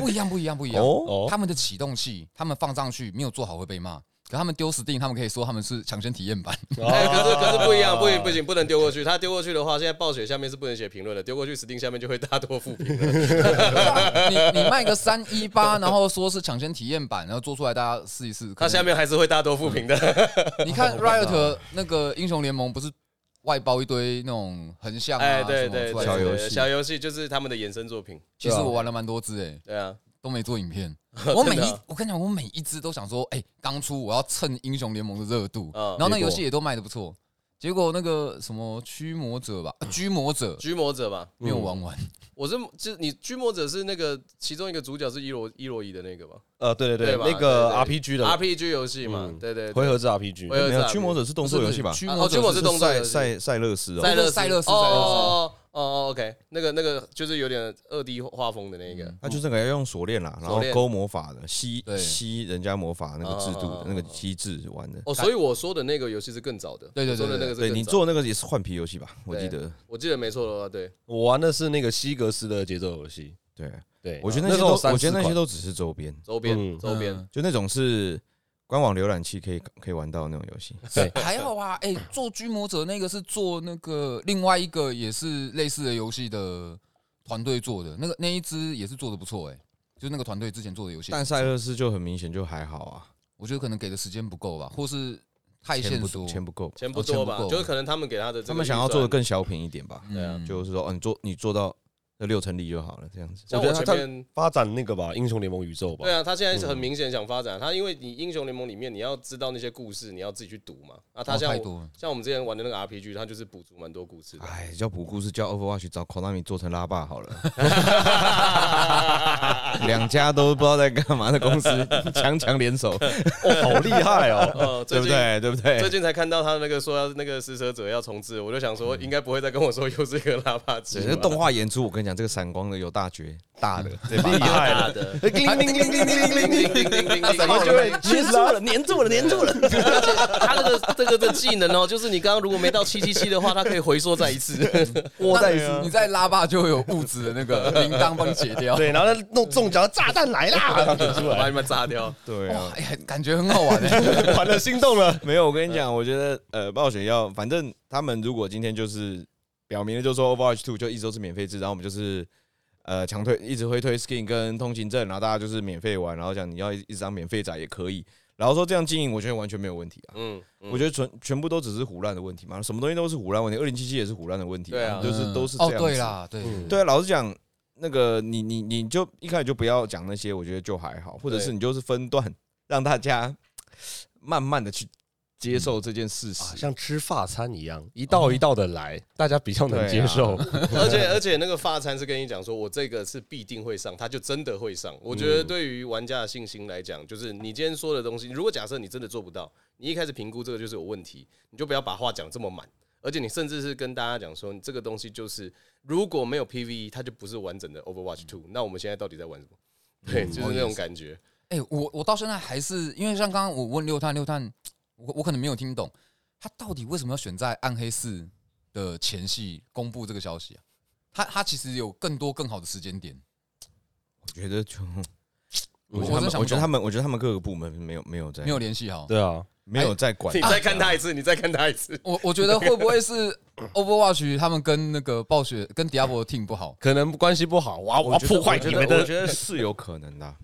不一样，不一样，不一样。哦他们的启动器，他们放上去没有做好会被骂，可他们丢 Steam，他们可以说他们是抢先体验版。 哦哎， 可是可是不一样，不行不行，不能丢过去。他丢过去的话，现在暴雪下面是不能写评论的，丢过去 Steam 下面就会大多负评了。你你卖个三一八，然后说是抢先体验版，然后做出来大家试一试。他可能下面还是会大多负评的。你看 Riot 那个英雄联盟不是外包一堆那种横向 啊哎，什对么对出来对，小的游戏对小游戏就是他们的衍生作品。其实我玩了蛮多只诶、哎对啊，都没做影片。我每 真一的啊我跟你讲，我每一只都想说，哎、当初我要蹭英雄联盟的热度，嗯然后那结果游戏也都卖的不错。结果那个什么驱魔者吧，呃驱魔者驱魔者吧，没有玩完，嗯我是就你驱魔者是那个其中一个主角是伊罗伊罗伊的那个吧呃，对对对对，吧那个对 RPG 的？RPG 游戏嘛，嗯对对，对回合制 RPG，回合没制有 RPG 驱魔者是动作游戏吧？驱啊魔哦驱者魔是者动作赛游戏赛赛勒斯哦，塞勒斯赛勒斯哦赛勒斯哦哦哦哦，OK，那个那个就是有点二 D 画风的那个，嗯他就是那个要用锁链啦，然锁后链勾魔法的，吸对吸人家魔法那个制度啊啊啊的啊那个机制玩的。哦，所以我说的那个游戏是更早的，对对对我说的那个是对更你早，做那个也是换皮游戏吧？我记得，我记得没错的话，对，我玩的是那个西格斯的节奏游戏。对，啊对，我觉得那那时些候都有三，我觉得四那些款都只是周边，周边嗯周边， 嗯就那种是官网浏览器可以可以玩到那种游戏。还好啊。哎、做驱魔者那个是做那个另外一个也是类似的游戏的团队做的，那个那一只也是做的不错哎、就是那个团队之前做的游戏。但赛勒斯就很明显就还好啊，我觉得可能给的时间不够吧，或是太钱线不索多，，钱不够，钱不多哦吧钱不，够就是可能他们给他的这个他们想要做的预算，更小品一点嗯吧？对啊就是说，哦，你做你做到那六成力就好了，这样子。像我觉得我他前面。发展那个吧，英雄联盟宇宙吧对。啊，他现在是很明显想发展，他因为你英雄联盟里面你要知道那些故事，你要自己去读嘛。啊，他哦像太我多了。像我们之前玩的那个 RPG，他就是补足蛮多故事 的。 哎，叫补故事，叫 Overwatch，找 Konami 做成拉霸好了。 两家都不知道在干嘛的 公司，强强联手，哦，好厉害 哦！呃，最对不近对？对不最对？近才看到他那个说要那个施舍者要重置，我就想说应该不会再跟我说又是一个拉霸机对，吧。那动画演出，我跟你讲，这个闪光的有大绝，大的，对吧？厉害了的，叮铃铃铃铃铃铃铃，闪光就会粘住了，粘住了，粘住了。他这个这个的技能哦，就是你刚刚如果没到七七七的话，它可以回缩再一次。我在那你在拉霸就会有物质的那 个铃铛帮你解 掉。对，然后他弄中奖，炸弹来 啦，出把来，你们炸掉。对哇啊，，哎呀，感觉很好玩哎。完了，心动了。没有，我跟你讲，我觉得呃，暴雪要，反正他们如果今天就是表明了，就是说 Overwatch Two 就一周是免费制，然后我们就是呃强推，一直会推 skin 跟通行证，然后大家就是免费玩，然后讲你要一直当免费仔也可以，然后说这样经营，我觉得完全没有问题啊。嗯，我觉得全全部都只是胡乱的问题嘛，什么东西都是胡乱问题，二零七七也是胡乱的问题，对啊就是都是这哦样，子对啦，对，对啊，老实讲，那个你你你就一开始就不要讲那些，我觉得就还好，或者对是你就是分段让大家慢慢的去接受这件事实。啊像吃法餐一样，一道一道的来，大家比较能接受。 而且而且那个发餐是跟你讲说，我这个是必定会上，他就真的会上。我觉得对于玩家的信心来讲，就是你今天说的东西，如果假设你真的做不到，你一开始评估这个就是有问题，你就不要把话讲这么满。而且你甚至是跟大家讲说，你这个东西就是如果没有 PVE，它就不是完整的 Overwatch Two。那我们现在到底在玩什么？对，就是那种感觉。哎，我我到现在还是因为像刚刚我问六探六探，我我可能没有听懂，他到底为什么要选在暗黑四的前戏公布这个消息啊？他他其实有更多更好的时间点。我觉得就我觉得他真们想我不觉懂得他们，我觉得他们各个部门没有没有在没有联系好。对啊，没有在管你。再看他一次，你再看他一次。我我觉得会不会是 Overwatch 他们跟那个暴雪跟 Diablo team 不好，可能关系不好，我要我要我觉得哦破坏你们我觉得我的。觉得是有可能的啊。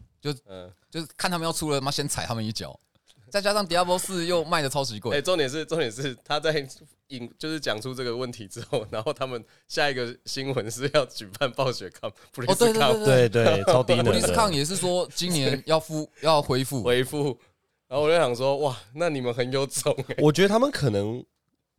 嗯，就是看他们要出了，妈先踩他们一脚，再加上 Diablo 四又卖的超级哎、贵，重点是重点是他在引就是讲出这个问题之后，然后他们下一个新闻是要举办暴雪抗 p r 哦 e 对 s 对 Cup 对对对，超低能布利斯康的。也是说今年要复要恢复，回复，然后我就想说，哇，那你们很有种哎、我觉得他们可能，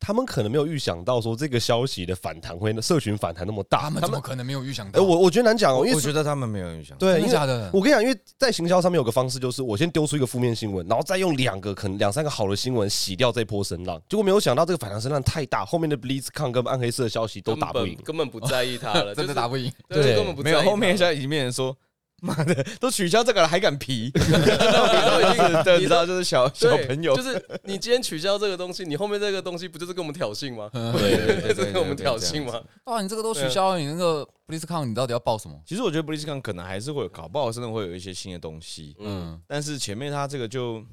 他们可能没有预想到说这个消息的反弹会社群反弹那么大。他们他怎们么，可能没有预想哎，到？我我觉得难讲哦，因我为觉得他们没有影响。对，真因的为假的？我跟你讲，因为在行销上面有个方式，就是我先丢出一个负面新闻，然后再用两个可能两三个好的新闻洗掉这波声浪。结果没有想到这个反弹声浪太大，后面的 BlizzCon 跟暗黑社的消息都根打不本赢。根本不在意他 了，真的打不赢，就是对，对啊根本不在没意有他后面现在已经变成说，妈的，都取消这个了，还敢皮？ 你都已经对，你你知都道就是小 小对朋友就，是你今天取消这个东西，你后面这个东西不就是跟我们挑衅吗？对 对对对这对跟我们对挑这样衅子吗？哇，你这个都取消了，你那个布利斯康你到底要报什么？其实我觉得 b l i z z c o n 可能还是会有，搞不好真的会有一些新的东西。嗯，嗯，但是前面他这个就，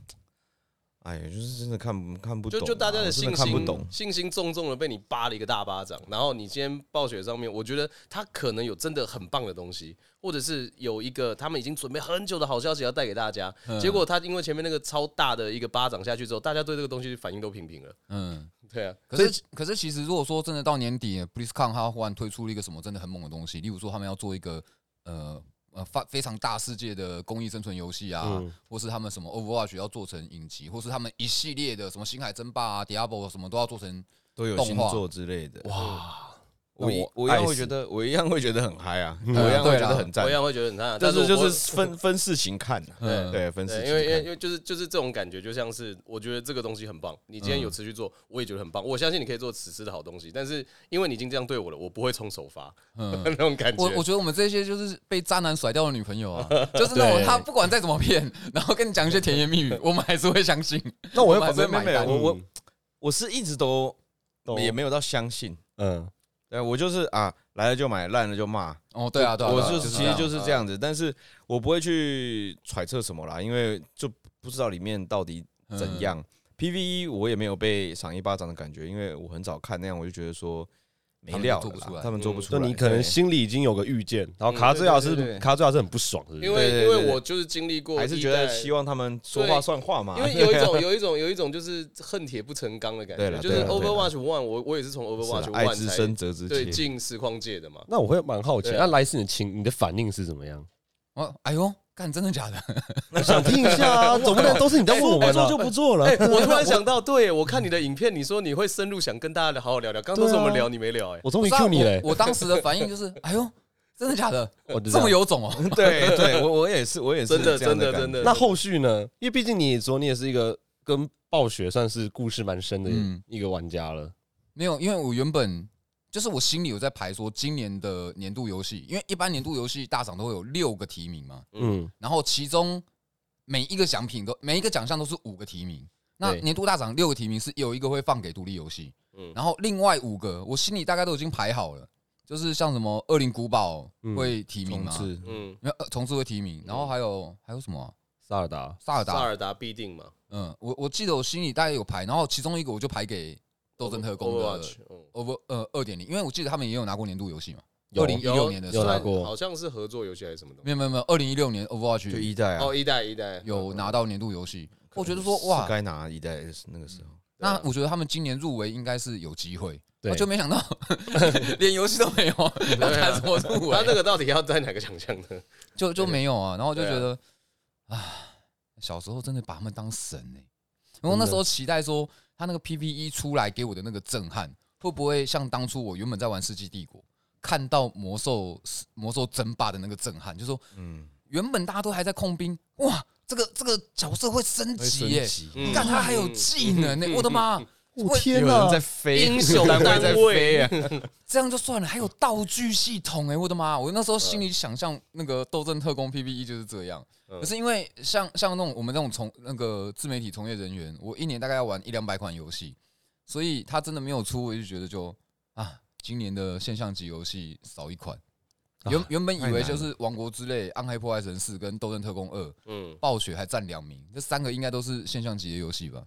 哎呀，就是真的看不看不懂就啊、就大家我真信的看不懂心，信心重重的被你扒了一个大巴掌，然后你今天暴雪上面，我觉得他可能有真的很棒的东西，或者是有一个他们已经准备很久的好消息要带给大家，嗯结果他因为前面那个超大的一个巴掌下去之后，大家对这个东西反应都平平了，嗯。对啊，可是，可是，其实如果说真的到年底，BlizzCon 它忽然推出了一个什么真的很猛的东西，例如说他们要做一个呃呃发非常大世界的公益生存游戏啊，嗯或是他们什么 Overwatch 要做成影集，或是他们一系列的什么星海争霸啊、Diablo 什么都要做成，都有动星画座之类的。哇，我一那我我一样爱会死觉得，我一样会觉得很嗨啊，我嗯一样会对觉啦得很赞我一。样会觉得很惨，但但是我就是分分事情看啊，嗯对，分事对，情因为因为因看。为就是就是这种感觉，就像是我觉得这个东西很棒，你今天有持续做，我也觉得很棒，我相信你可以做此时的好东西，但是因为你已经这样对我了，我不会冲首发嗯， 那种感觉。我我觉得我们这些就是被渣男甩掉的女朋友啊，就是那种对他不管再怎么骗，然后跟你讲一些甜言蜜语，我们还是会相信。那我会我还是会哦没有没买有没有，单。我我嗯我是一直都懂也没有到相信，嗯，对我就是啊，来了就买，烂了就骂，哦，对啊，对啊，我对啊是其实这就样是这样子，但是我不会去揣测什么啦，因为就不知道里面到底嗯怎样。PVE 我也没有被赏一巴掌的感觉，因为我很早看那样，我就觉得说没料他们做不出了啦来他们做不出就来。你可能对心里已经有个预见，然后卡兹亚嗯对对对是对卡兹亚是很不爽，是不因是？为对对因对为我就是经历过，还是觉得希望。望他们说话算话嘛，因为有一种有一种有一种就是恨铁不成钢的感对觉，啦就是对啦对啦 Overwatch One，我我也是从是啊 Overwatch 爱 One 之深才责之 对切。进实况界 的嘛。那我会蛮好奇，对啊那莱斯你的情你的反应是怎么样？哦，哎呦，干，真的假的？我想听一下啊，总不能都是你在问我们啊？不做哎，我突然想到，对我看你的影片，你说你会深入想跟大家好好聊聊，刚刚都是我们聊，你没聊哎。我终于不是啊 Q 你嘞我，我当时的反应就是， 哎呦，真的假的？我知这道么有种哦！对对，我我也是，我也是真的这样真的感觉真的，那后续呢？因为毕竟你也说你也是一个跟暴雪算是故事蛮深的嗯一个玩家了，没有，因为我原本就是我心里有在排说今年的年度游戏，因为一般年度游戏大赏都会有六个提名嘛，嗯，然后其中每一个奖品都每一个奖项都是五个提名。那对年度大赏六个提名是有一个会放给独立游戏，嗯然后另外五个我心里大概都已经排好了，就是像什么《恶灵古堡嗯》会提名嘛，是嗯，因为呃重置会提名，然后还有还有什么啊萨尔达，萨尔萨达，尔达必定嘛，嗯，我我记得我心里大概有排，然后其中一个我就排给斗争特工的 Overwatch，嗯 Over 呃二点零，因为我记得他们也有拿过年度游戏嘛，有二零一六年的时有候，拿算过好像是合作游戏还是什么东西。没有没有没有，二零一六年 Overwatch 就一代啊，哦，一代一代有拿到，到年度游戏，我觉得说哇是，该拿一代的是那个时候，对那啊我觉得他们今年入围应该是有机会，对我就没想到 连游戏都没有，要谈什么入他那围，个到底要在哪个奖项呢？就就没有啊。然后我就对啊觉得，啊，小时候真的把他们当神哎、然后那时候期待说，他那个 PVE 出来给我的那个震撼，会不会像当初我原本在玩《世纪帝国》，看到魔兽魔兽争霸的那个震撼，就说嗯，原本大家都还在控兵，哇，这个这个角色会升会级耶、级嗯干他还 有技能呢、欸我的妈！ 我会天有哪人！在飞，英雄单单在位飞啊，这样就算了，还有道具系统哎、我的妈！我那时候心里想象那个《斗阵特工》PVE 就是这样，嗯可是因为像像那种我们这种从那个自媒体从业人员，我一年大概要玩一两百款游戏，所以他真的没有出，我就觉得就啊，今年的现象级游戏少一款。原原本以为就是《王国之泪》《暗黑破坏神四》跟《斗阵特工二》《嗯，暴雪》还占两名，这三个应该都是现象级的游戏吧？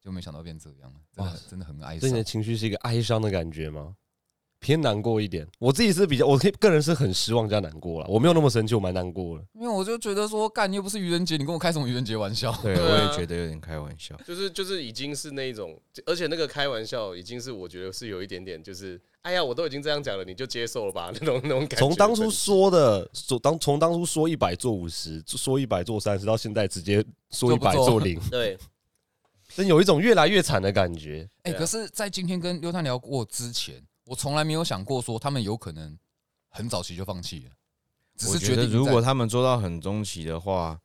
就没想到变这样了，真的很真的很哀所以伤你的。情绪是一个哀伤的感觉吗？偏难过一点，我自己是比较，我可以个人是很失望加难过了，我没有那么生气，我蛮难过的。因为我就觉得说，干你又不是愚人节，你跟我开什么愚人节玩笑？对，对啊我也觉得有点开玩笑，就是就是已经是那一种，而且那个开玩笑已经是我觉得是有一点点，就是哎呀，我都已经这样讲了，你就接受了吧 那种那种感觉。从当初说的，从当从当初说一百做五十，说一百做三十，到现在直接说做一不百做做零， 对，真有一种越来越惨的感觉。哎、对啊可是，在今天跟刘探聊过之前，我从来没有想过说他们有可能很早期就放弃了，只我是觉决得定如果在他们做到很中期的话，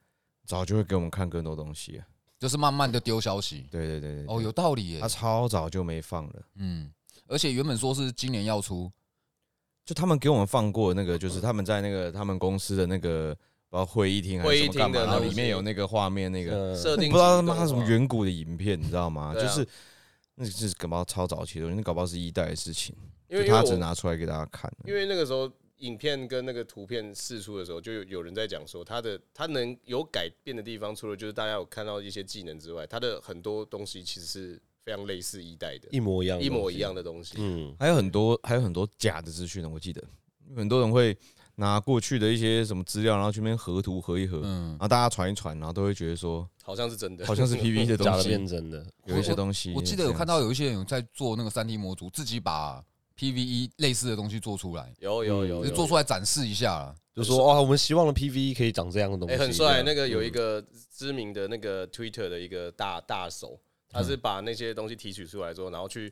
早就会给我们看更多东西啊，就是慢慢的丢消息。对对对对，哦，对有道理耶、他超早就没放了。嗯，而且原本说是今年要出，就他们给我们放过那个，就是他们在那个他们公司的那个呃会议厅还是什会议么干厅嘛，的然后里东面西有那个画面那个，呃设我不定知道他级妈动什么画远古的影片，你知道吗？对就啊是那是搞不好超早期的东西，那搞不好是一代的事情，因为就因为他只我拿出来给大家看。因为那个时候影片跟那个图片释出的时候，就有有人在讲说，他的他能有改变的地方，除了就是大家有看到一些技能之外，他的很多东西其实是非常类似一代的，一模一样，一模一样。的东西。嗯，还有很多还有很多假的资讯呢，我记得很多人会拿过去的一些什么资料，然后去那边合图合一合，嗯然，后大家传一传，然后都会觉得说好像是真的，好像是 PV 的假东的变西，真的，有一些东西我记得有看这到样子有一些人有在做那个三 D 模组，自己把 PVE 类似的东西做出来， 有有嗯有就有是做出来展示一下啦。就说哦哇，我们希望的 PVE 可以长这样的东哎、西，啊嗯很这帅。样那个有一个知名的那个 Twitter 的一个大大手，他嗯是把那些东西提取出来之后，然后去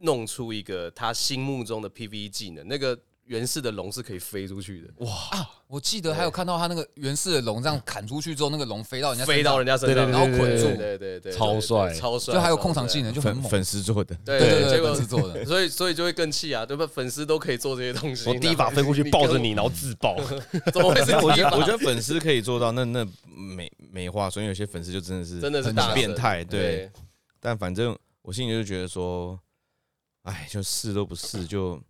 弄出一个他心目中的 PVE 技能。那个原始的龙是可以飞出去的，啊我记得还有看到他那个原始的龙这样砍出去之后，那个龙飞到人家 身飞到上人家身上，对对对然后捆住对对，对对，超帅超帅，就还有控场技能，能就很粉猛，粉丝 做的，对对对，对结对，粉丝果做的。 所以所以就会更气啊，对吧？粉丝都可以做这些东西，我第一把飞过去抱着你，然后自 爆。然后，怎么会是 我第一觉得我把？觉得粉丝可以做到，那那没没话说，因为有些粉丝就真的是真的是很大神变态，对对。但反正我心里就觉得说，哎，就试都不试，就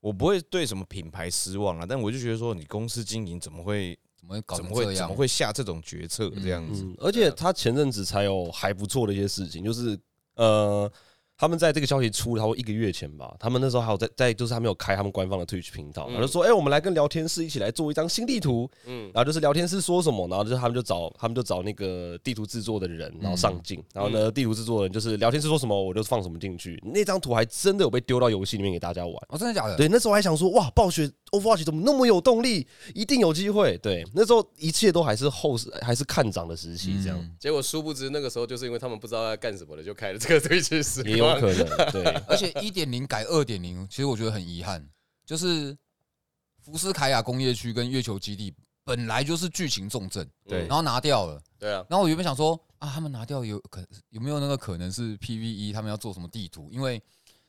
我不会对什么品牌失望啊了。但我就觉得说，你公司经营怎么会怎么会搞怎成么这会样？怎么会下这种决策这样子？嗯，而且他前阵子才有还不错的一些事情，就是呃，他们在这个消息出差不多一个月前吧，他们那时候还有在在就是他们有开他们官方的 Twitch 频道，然后就说哎、我们来跟聊天室一起来做一张新地图，嗯然后就是聊天室说什么，然后就是他们就找他们就找那个地图制作的嗯人，然后上镜，然后呢地图制作人就是聊天室说什么我就放什么进去，那张图还真的有被丢到游戏里面给大家玩。哦，真的假的？对，那时候还想说，哇，暴雪 Overwatch 怎么那么有动力，一定有机会。对，那时候一切都还是后市还是看涨的时期，这 样、嗯结果殊不知那个时候就是因为他们不知道要干什么了，就开了这个 对峙时也有光。可能。对，而且一点零改二点零，其实我觉得很遗憾，就是福斯凯亚工业区跟月球基地本来就是剧情重镇，对然后拿掉了。对啊，然后我原本想 E 说啊，他们拿掉有可有没有那个可能是 PVE 他们要做什么地图？因为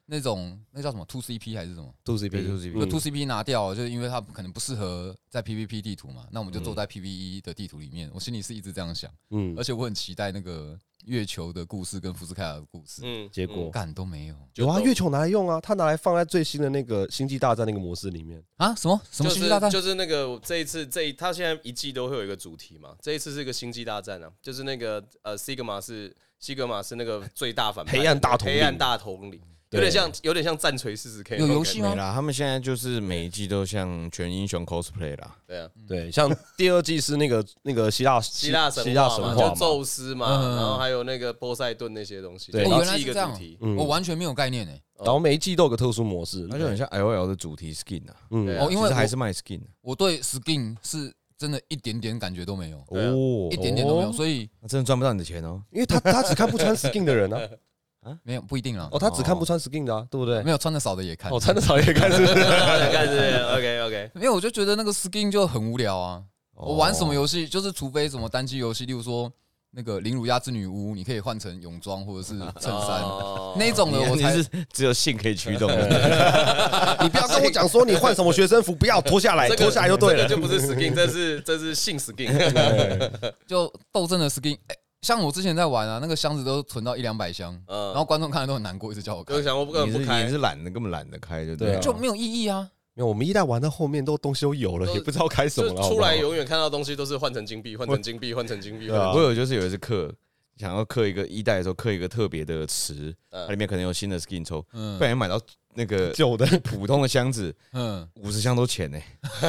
那种那叫什么 two CP 还是什么？ t o CP 就是就 two CP 拿掉了，就是因为它可能不适合在 PVP 地图嘛，那我们就做在 PVE 的地图里面。我心里是一直这样想， 嗯而，且我很期待那个月球的故事跟福斯凯尔的故事，嗯，结果干都没有有啊，就月球拿来用啊，它拿来放在最新的那个《星际大战》那个模式里面。啊？什么什么星际大战？就是就是那个这一次这一，他现在一季都会有一个主题嘛，这一次是一个星际大战啊，就是那个呃，西格玛是西格玛是那个最大反派，黑暗大统领黑暗大统领，有对点像有点像战锤四十 K 有游戏没吗？啦，他们现在就是每一季都像全英雄 cosplay 啦。对啊，对，像第二季是那个那个希腊希希腊神希话腊嘛，神话就嘛宙斯嘛，嗯然后还有那个波塞顿那些东西，对然后哦原来是一是个这样主题，嗯我完全没有概念诶、欸然后每一季都有个特殊模嗯式，那就很像 L L 的主题 skin 啊，对嗯啊哦，因其为实还我是卖 skin 啊我对 skin 是真的一点点感觉都没有，对啊哦一点点都没有，所以那真的赚不到你的钱哦。因为他他只看不穿 skin 的人啊，没有不一定啦哦，，他只看不穿 skin 的啊，对不 对？没有穿的少的也看哦，。穿的少也看是不是 干这些 OK OK，没有，我就觉得那个 skin 就很无聊啊。哦我玩什么游戏，就是除非什么单机游戏，例如说那个《林乳鸦之女巫》，你可以换成泳装或者是衬衫哦那种的，我你才是只有性可以驱 动的，你不要跟我讲说你换什么学生服，不要脱下来， 这个脱下来就对这了个。就不是 skin，这是这是性 skin，就斗争的 skin。哎像我之前在玩啊，那个箱子都存到一两百箱，嗯然后观众看了都很难过，一直叫我就看，想我不根你是本不你开是。懒得根本懒得开，对不对对啊？就没有意义啊。没有，我们一代玩到后面都东西都有 了，都也不知道开什就么了。好出不好来永远看到东西都是换成金币，换成金币，换成金币。对啊换成我有就是有一次刻，想要刻一个一代的时候，刻一个特别的词，嗯它里面可能有新的 skin 抽，嗯不然买到那个 旧的，普通的箱子，嗯，五十箱都钱呢，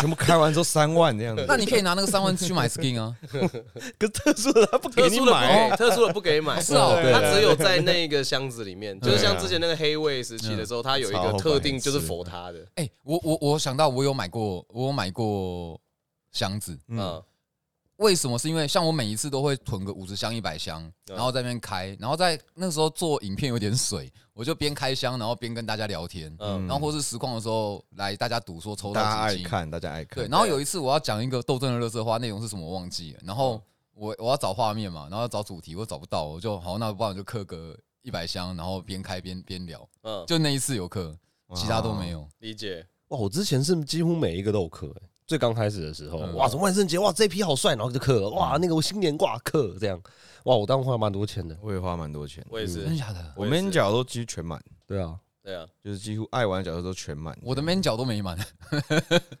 全部开完之后三万这样子。那你可以拿那个三万去买 skin 啊。可是特殊的他不给特你殊的不买，给，特殊的不给买，是哦它只有在那个箱子里面，就是像之前那个黑卫时期的时候，它有一个特定就是佛他的，哎，我我我想到我有买过，我有买过箱子，嗯，为什么？是因为像我每一次都会囤个五十箱、一百箱，嗯然后在那边开，然后在那时候做影片有点水，我就边开箱，然后边跟大家聊天，嗯然后或是实况的时候来大家赌说抽大家到爱几斤。看，大家爱看对，。然啊后有一次我要讲一个斗争的乐色话，内容是什么我忘记了，然嗯后我我要找画面嘛，然后要找主题，我找不到，我就好，那不然我就刻个一百箱，然后边开边边聊，嗯，就那一次有刻，其他都没有。理解。哇，我之前是几乎每一个都有刻、欸最刚开始的时候，嗯哇，什么万圣节，哇，这批好帅，然后就刻，嗯哇，那个我新年挂刻这样，哇，我当时花蛮多钱的，我也花蛮多钱的，我也是真，的假的？我们角都几乎全满，对啊，对啊，就是几乎爱玩的角色都全满。我的 man 角都没满，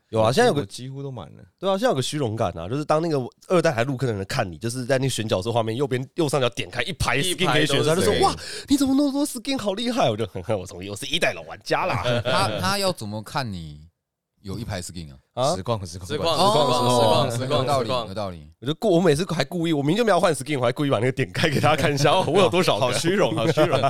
有嗯啊，现在有个几乎都满了，对啊，现在有个虚荣感啊，就是当那个二代还入坑的人看你，就是在那选角色画面右边右上角点开一排一 skin 排可以选，都是他就说谁哇，你怎么那么多 skin 好厉害，我就 哼哼，我从又是一代老玩家嗯啦，他他要怎么看你有一排 skin 啊？啊实况实况实况哦实况实有况道实理，有况，道理。我就故我每次还故意，我明明就没有换 skin，我还故意把那个点开给大家看一下， 哦，我有多少个，好虚荣，好虚 荣。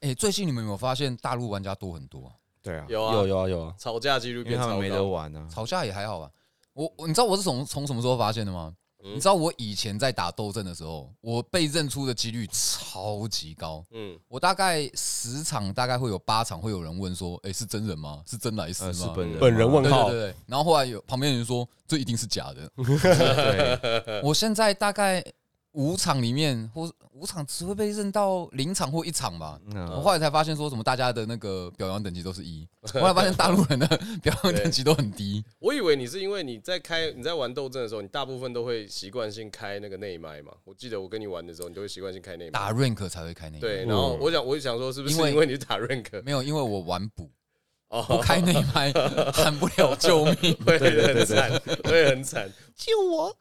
哎，最近你们有没有发现大陆玩家多很多啊？对啊，有有啊，有啊有啊，吵架几率因为变他们超没得高。玩啊。吵架也还好吧。我我你知道我是从从什么时候发现的吗？嗯你知道我以前在打斗阵的时候，我被认出的几率超级高。嗯，我大概十场大概会有八场会有人问说：“哎，是真人吗？是真来斯吗呃，？”是本人本人吗问对对号对，对，然后后来有旁边人说这一定是假的。 对，我现在大概五场里面或五场只会被认到零场或一场吧，我嗯后来才发现，说什么大家的那个表扬等级都是 一，我后来发现大陆人的 表扬等级都很低。我以为你是因为你在开你在玩斗争的时候，你大部分都会习惯性开那个内麦嘛。我记得我跟你玩的时候，你都会习惯性开内打麦。 rank 才会开内，，对，然后我想，我想说，是不是因为因为你是打 rank？没有，因为我玩补，哦，不开内麦喊不了救命。 会很惨，会很惨。救我！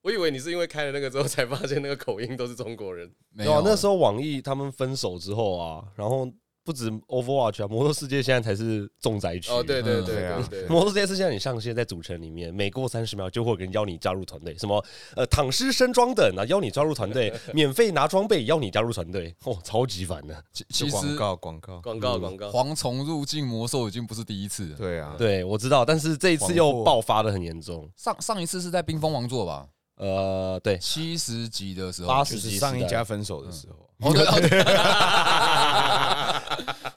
我以为你是因为开了那个之后才发现那个口音都是中国人。没对啊有，，那时候网易他们分手之后啊，然后不止 Overwatch 啊，《魔兽世界》现在才是重灾区。哦，对对嗯对对啊对对，魔兽世界是现在你上线在主城里面，每过三十秒就会有人邀你加入团队，什么呃躺尸升装等啊，邀你加入团队，免费拿装备邀你加入团队，哦，超级烦的。其就其广实告广告，广告广告。蝗虫入境魔兽已经不是第一次了。对啊，对，我知道，但是这一次黄又祸爆发的很严重。上上一次是在冰封王座吧，呃，对，七十级的时候。八就十是级上一时代家分手的时候，哦对哦对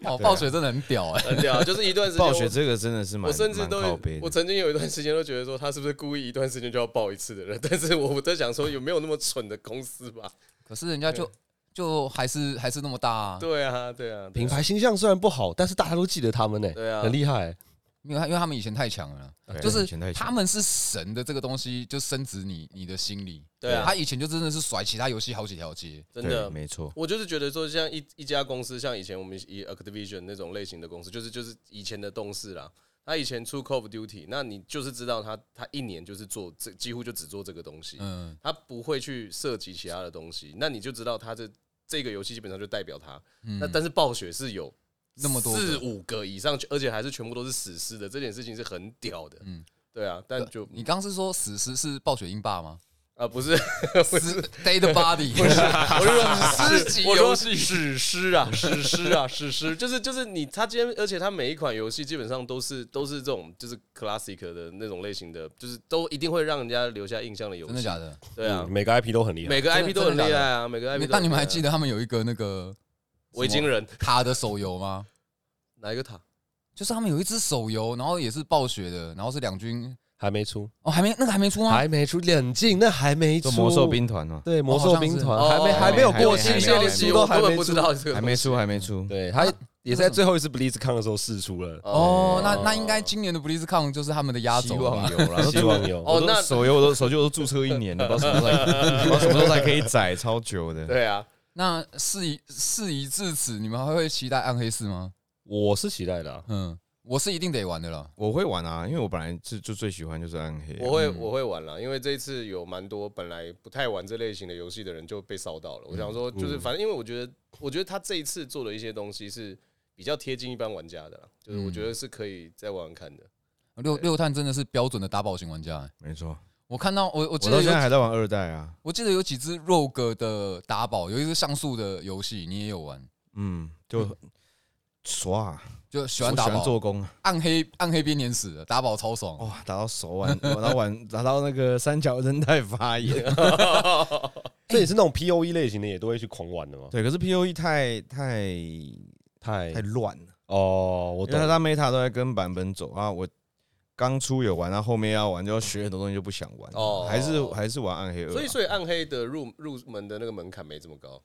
哦，暴雪真的很屌哎！很屌啊，就是一段时间暴我。雪这个真的是蛮我甚至蛮都靠背我的。曾经有一段时间都觉得说他是不是故意一段时 间就要爆一次的人，但是我我在想说有没有那么蠢的公司吧？可是人家就就还是还是那么大、啊。对啊，对啊，对品啊牌形象虽然不好，但是大家都记得他们呢、对啊很厉害、因为他因为他们以前太强了，对就是以前太强他们是神的这个东西，就深植你你的心里。对啊他以前就真的是甩其他游戏好几条街。真的对没错，我就是觉得说，像一一家公司，像以前我们以 Activision 那种类型的公司，就是就是以前的动视啦。他以前出 Call of Duty，那你就是知道他他一年就是做这几乎就只做这个东西，嗯，他不会去涉及其他的东西，那你就知道他这这个游戏基本上就代表他。那但是暴雪是有那么多个四五个以上，而且还是全部都是史诗的，这件事情是很屌的。嗯嗯，对啊，但就你刚刚是说死尸是暴雪英霸吗？啊不是，死 Dead Body 我就说诗集我游说戏史诗啊，史诗啊，史诗，就是就是你，他今天，而且他每一款游戏基本上都是都是这种就是 classic 的那种类型的，就是都一定会让人家留下印象的游真的戏。假的？对啊嗯，每个 IP 都很厉害。每个真的 IP 都很厉真的假害的啊，每个 IP 都很厉害啊。那你们还记得他们有一个那个维京人塔的手游吗？哪一个塔？就是他们有一只手游，然后也是暴雪的，然后是两军还没出，哦，还没那个还没出吗？还没出，冷静，那还没出。啊这魔兽兵团 嘛，对魔兽兵团、哦好像是还没还没有过新期还消限，没连息出我都还根本没出不知。道这个东还西没出，还没出。对，他也在最后一次 BlizzCon 的时候试出了。哦，那那应该今年的 BlizzCon 就是他们的压希轴了望吧？有啦，希望有我都 哦那手游我都手机我都注册一年了，不知道什么时候才，不知道什么时候才可以载，超久的。对啊，那事已事已至此，你们还会期待暗黑四吗？我是期待的、啊，嗯，我是一定得玩的了。我会玩啊，因为我本来是就最喜欢就是暗黑啊、我会嗯我会玩了，因为这一次有蛮多本来不太玩这类型的游戏的人就被烧到了。我想嗯说，就是反正因为我觉得，我觉得他这一次做的一些东西是比较贴近一般玩家的啦，就是我嗯觉得是可以再玩玩看的。六六探真的是标准的打宝型玩家、欸没错，我看到我我记我得到现有在还在玩二代啊。我记得有几只 ROG 的打宝，有一只像素的游戏，你也有玩，嗯，就爽啊，就喜喜欢打喜欢做宝，工啊，暗黑暗黑编年史的打宝超爽。哇，打到手 腕，打到腕，打到那个三角韧带发炎。哎这也是那种 POE 类型的，也都会去狂玩的吗？ 对，可是 P O E 太太太太乱了，哦，我我懂觉得。它 meta 都在跟版本走啊。我刚出有玩，然后后面要玩就要学很多东西，就不想玩。哦哦，还是还是玩暗黑二啊。所以，所以暗黑的入入门的那个门槛没这么高。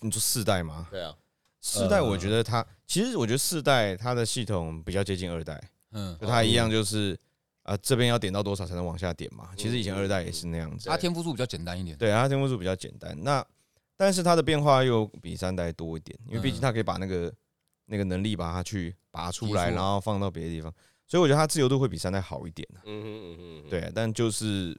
你说四代吗？ 对啊，四代我觉得它其实我觉得四代它的系统比较接近二代，嗯，就它一样就是啊这边要点到多少才能往下点嘛。其实以前二代也是那样子对，啊它天赋数比较简单一点。对，它天赋数比较简单。那但是它的变化又比三代多一点，因为毕竟它可以把那个那个能力把它去拔出来，提出然后放到别的地方，所以我觉得它自由度会比三代好一点啊嗯哼嗯哼，嗯哼，对，但就是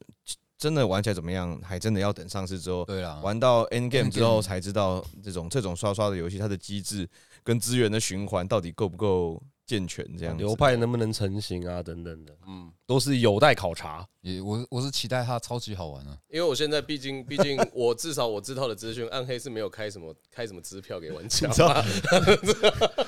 真的玩起来怎么样，还真的要等上市之后。对啦，玩到 End Game Endgame 之后才知道，这种这种刷刷的游戏，它的机制跟资源的循环到底够不够健全？这样子流派能不能成型啊？等等的，嗯，都是有待考察。也我我是期待它超级好玩啊。因为我现在毕竟毕竟我至少我知道的资讯，暗黑是没有开什么开什么支票给玩家你。知道，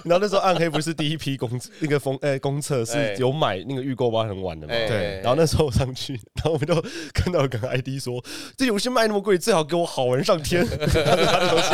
然后那时候暗黑不是第一批公那 个封呃公测是哎有买那个预购包很晚的嘛？哎对然后那时候上去，然后我们就看到有个 ID 说：“这游戏卖那么贵，最好给我好玩 上天。”他的游戏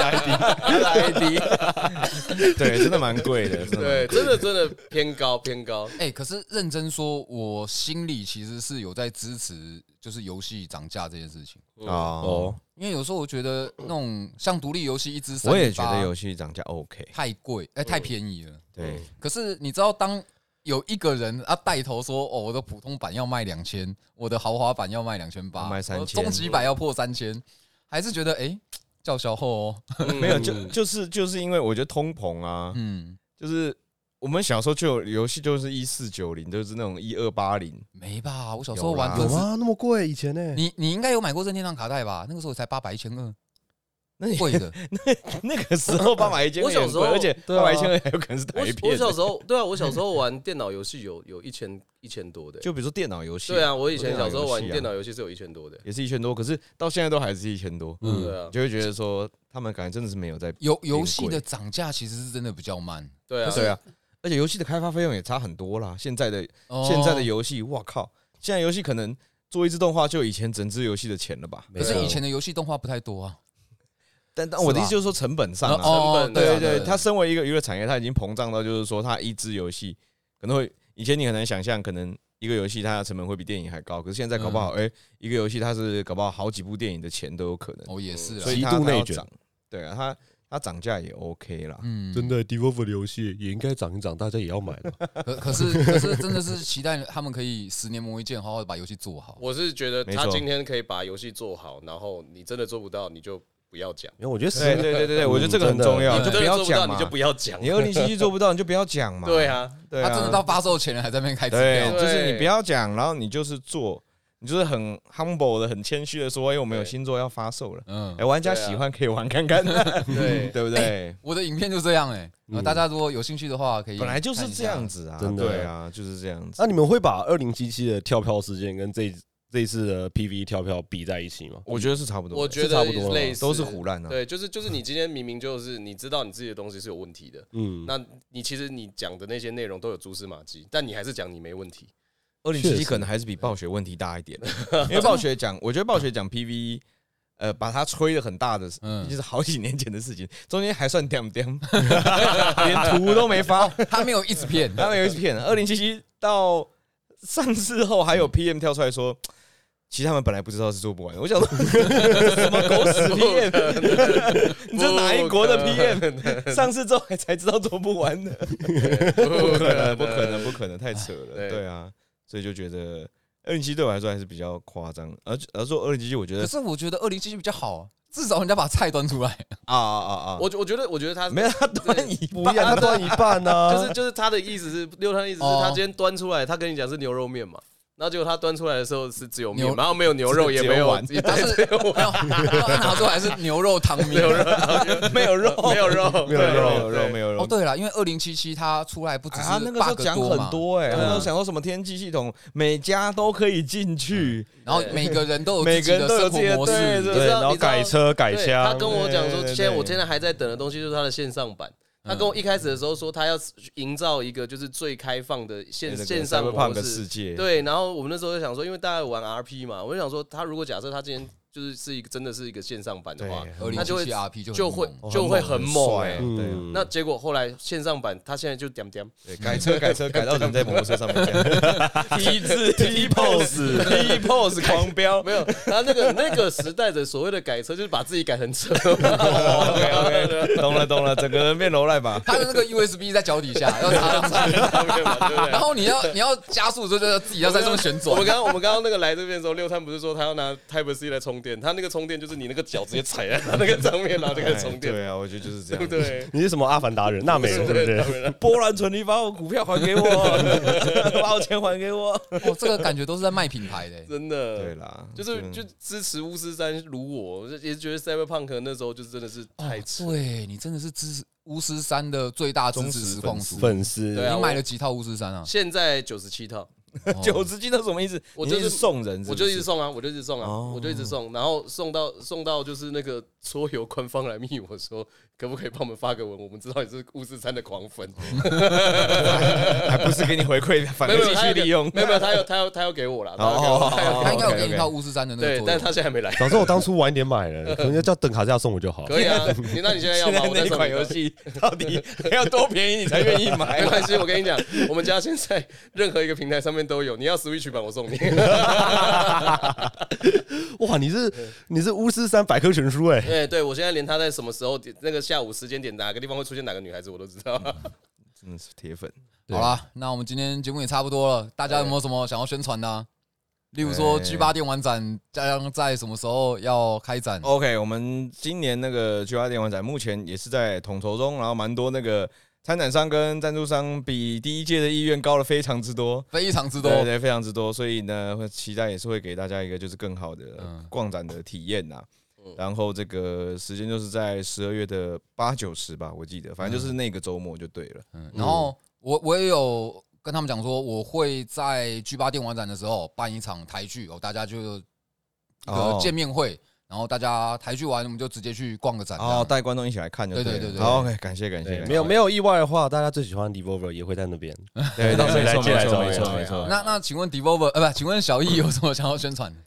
ID， ID，对，真的蛮贵的， 真的蛮对，真的真的偏高 偏高。哎、可是认真说，我心里其实是有在支持，就是游戏涨价这件事情。啊哦哦，因为有时候我觉得那种像独立游戏一支，我也觉得游戏涨价 OK，太贵，哎、太便宜了。对，可是你知道，当有一个人啊带头说：“哦，我的普通版要卖两千，我的豪华版要卖两千八，要卖3000我的终极版要破三千”，还是觉得哎、叫小后哦，嗯 没有就就是就是因为我觉得通膨啊，嗯，就是我们小时候就有游戏就是一四九零，就是那种一二八零， 没吧？我小时候有啊啦玩有啊真是，吗？那么贵？以前呢？你你应该有买过任天堂卡带吧？那个时候才八百一千二，那也贵 的。那个时候八百一千，我小时候而且对啊八百一千二还有可能是我台我片，小时候对啊，我小时 候玩电脑游戏有有一千一千多的欸、就比如说电脑游戏，对啊，我以前小时候玩电脑游戏啊电脑游戏是有一千多的欸、也是一千多，可是到现在都还是一千多，嗯对啊你，就会觉得说他们感觉真的是没有在，游游戏变的贵涨价其实是真的比较慢。对啊，对啊，而且游戏的开发费用也差很多啦，现在的哦现在的游戏，哇靠，现在游戏可能做一支动画就有以前整支游戏的钱了吧？没可有是以前的游戏动画不太多啊。但但我的意思是吧就是说成本上啊，哦成本对对对，它身为一个娱乐产业，它已经膨胀到就是说，它一支游戏可能会以前你很难想象，可能一个游戏它的成本会比电影还高，可是现在搞不好，哎，一个游戏它是搞不好好几部电影的钱都有可能，哦也是啊所，以极它度它要内卷涨对啊，它它涨价也 OK 啦。嗯，真的 Devolver 的游戏也应该涨一涨，大家也要买 吧。可可是 可是真的是期待他们可以十年磨一剑，好好地把游戏做好。我是觉得没他错今天可以把游戏做好，然后你真的做不到，你就不要讲。因为我觉得十对对对对对，我觉得这个很重嗯要，就真不的要做不到讲你嘛就。不要讲。你二零七七做不到，你就不要讲嘛。对，啊，对他啊，真的到啊发售前了还在那边开支对，票，就是你不要讲，然后你就是做，你就是很 humble 的、很谦虚的说，哎，我们有对新作要发售了，嗯哎，，玩家对啊喜欢可以玩看看，对 对不哎对？我的影片就这样哎，呃嗯大家如果有兴趣的话可以。本来就是这样，子啊，真的对啊，就是这样子。那你们会把二零七七的跳票事件跟这这一次的 PV 跳票比在一起吗？我觉得是差不多的，我觉是差得不多了类似都是胡乱啊。对，就是就是你今天明明就是你知道你自己的东西是有问题的，嗯，那你其实你讲的那些内容都有蛛丝马迹，但你还是讲你没问题。二零七确七实可能还是比暴雪问题 大一点，因为暴雪讲，我觉得暴雪讲 PV，呃，把它吹的很大的，嗯就是好几年前的事情，中间还算屌屌， 连图都没发，他没有一直 骗，他们有一片。二零七七到上市后，还有嗯 PM 跳出来说，其实他们本来不知道是做不完的。我想说，什么狗屎啊 PM？你这哪一国的 PM？上市之后还才知道做不完的。不 不可能，不可能，不可能，太扯了。对对啊，所以就觉得二零七对我来说还是比较夸张，而而说二零七，我觉得可是我觉得二零七七比较好啊，至少人家把菜端 出来。啊啊啊啊，我我觉得我觉得他 没有他端一不半一样，他啊，断一半呢、啊。 就是就是他的意思是，六他的意思是哦他今天端出来，他跟你讲是牛肉面嘛，然后结果他端出来的时候是只有面牛，然后没有牛肉只有也没有碗也但是对只有没有，他拿出来是牛肉汤面。 没有肉， 没有肉， 没有肉，没对有肉，没有哦，肉。对了，因为二零七七它出来不只是啊，那个时候 bug 讲多嘛很，多哎，对他啊们都想说什么天气系统，每家都可以进去，然后每个人都有每自己个的人都有生自活己的模对式。对你知对，道然后改车改对枪。他跟我讲说，对对对嗯现在我现在还在等的东西就是他的线上版。他跟我一开始的时候说，他要营造一个就是最开放的线哎那个线上 Cyberpunk 模的式世，界，对，然后我们那时候就想说，因为大家有玩 RP 嘛，我就想说，他如果假设他今天就是是一个真的是一个线上版的话，二对，零那七就会七啊 RP 就就很会猛哦就会很猛帅哎、啊对啊嗯那结果后来线上版，他现在就点 点对，改车改车改到人在摩托车上面这样，踢字踢 pose 踢 pose 狂飙 没有，他那个那个时代的所谓的改车，就是把自己改成车。 ，OK OK，懂 了懂了，整个人变楼赖吧。他的那个 USB 在脚底下，要插 上去，然后你要你要加速，就是自己要在上面旋我们。转刚刚我们刚刚那个来这边的时候，六探不是说他要拿 Type C 来充电，他那个充电就是你那个脚直接踩在他那个上面，然后那个充电，对啊，我觉得就是这对不样。对？你是什么阿凡达人？娜美人对不对？波兰蠢，你把我股票还给我，把我钱还给我。哦，这个感觉都是在卖品牌的。真的，对啦，就是就支持巫师三，如我，我就也觉得 Cyberpunk 那时候就是真的是太扯。对你真的是支持巫师三的最大支持实况主，粉丝对啊你买了几套巫师三啊？现在九十七套，哦九十斤，那什么意思？我你就是一直送人是不是，我就一直送啊，我就一直送啊，哦我就一直送，然后送到送到就是那个桌游官方来密我说，可不可以帮我们发个文？我们知道你是巫师三的狂粉，还不是给你回馈，反没有正没有继他续有给利用。没有没有，他要他要他要给我啦，他要给哦我，他要他给我，应该有给你 OK，OK 一套巫师三的那个对，作但用是他现在还没来，早知道我当初晚点买了，可能要叫等卡斯亚送我就好。可以啊，你那你现在要现吗？在我那再一送款你一游个。戏到底要多便宜你才愿意 买没？关系，我跟你讲，我们家现在任何一个平台上面都有，你要 Switch 版我送你。哇，你是你是巫师三百科全书哎、对对，我现在连他在什么时候点那个下午时间点哪个地方会出现哪个女孩子我都知道。嗯真的是铁粉。好啦，那我们今天节目也差不多了，大家有没有什么想要宣传的啊、例如说哎 G 八电玩展将在什么时候要开展？ OK，我们今年那个菊花电玩展目前也是在统筹中，然后蛮多那个参展商跟赞助商比第一届的意愿高了非常之多，非常之多对，对，非常之多，所以呢，会期待也是会给大家一个就是更好的嗯逛展的体验呐嗯。然后这个时间就是在十二月的八九十吧，我记得，反正就是那个周末就对了。嗯然后我我也有跟他们讲说，我会在 G 八电玩展的时候办一场台剧哦，大家就一个哦见面会，然后大家台剧完，我们就直接去逛个展。然后这样带观众一起来看哦就对对对了对对好，OK，感谢感谢，对，感谢没有没有意外的话，大家最喜欢 Devolver 也会在那边。对，对没错来进来没错找我没错对没错啊。那那请问 Devolver 呃不，请问小易有什么想要宣传的？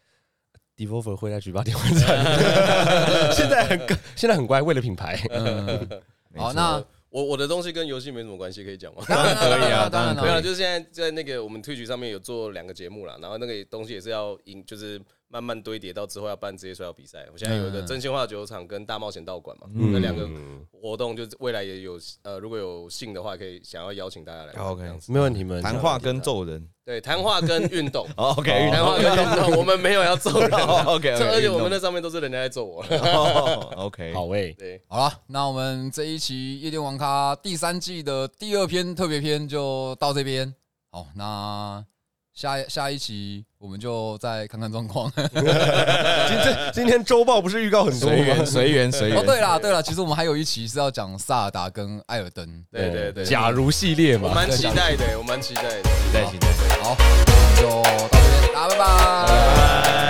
Devolver 会在举办电玩展，现在很现在很乖，为了品牌。嗯，没好，错那 我我的东西跟游戏没什么关系，可以 讲吗？当然可以啊当然当然没可以有，了就是现在在那个我们 Twitch 上面有做两个节目啦，然后那个东西也是要引，就是慢慢堆叠到之后要办职业摔跤比赛。我现在有一个嗯真心话酒厂跟大冒险道馆嘛，嗯那两个活动就是未来也有呃，如果有幸的话，可以想要邀请大家来玩。 OK 这样子没问题，没问题。谈话跟揍人。对，谈话跟运动哦，OK， 谈话跟运动，我们没有要揍人啊。 OK，OK，这而且运动我们那上面都是人家在揍我。 哦 OK，好诶，对，好了，那我们这一期《夜店王咖》第三季的第二篇特别篇就到这边。好，那下下一期我们就再看看状况。哦，今天今天周报不是预告很多随缘吗？随缘随缘。哦对啦对啦，其实我们还有一期是要讲萨尔达跟艾尔登。对对对，假如系列我嘛，蛮期待的，我蛮期待的。期待期待。好，那我们就到这边，大家拜拜。拜拜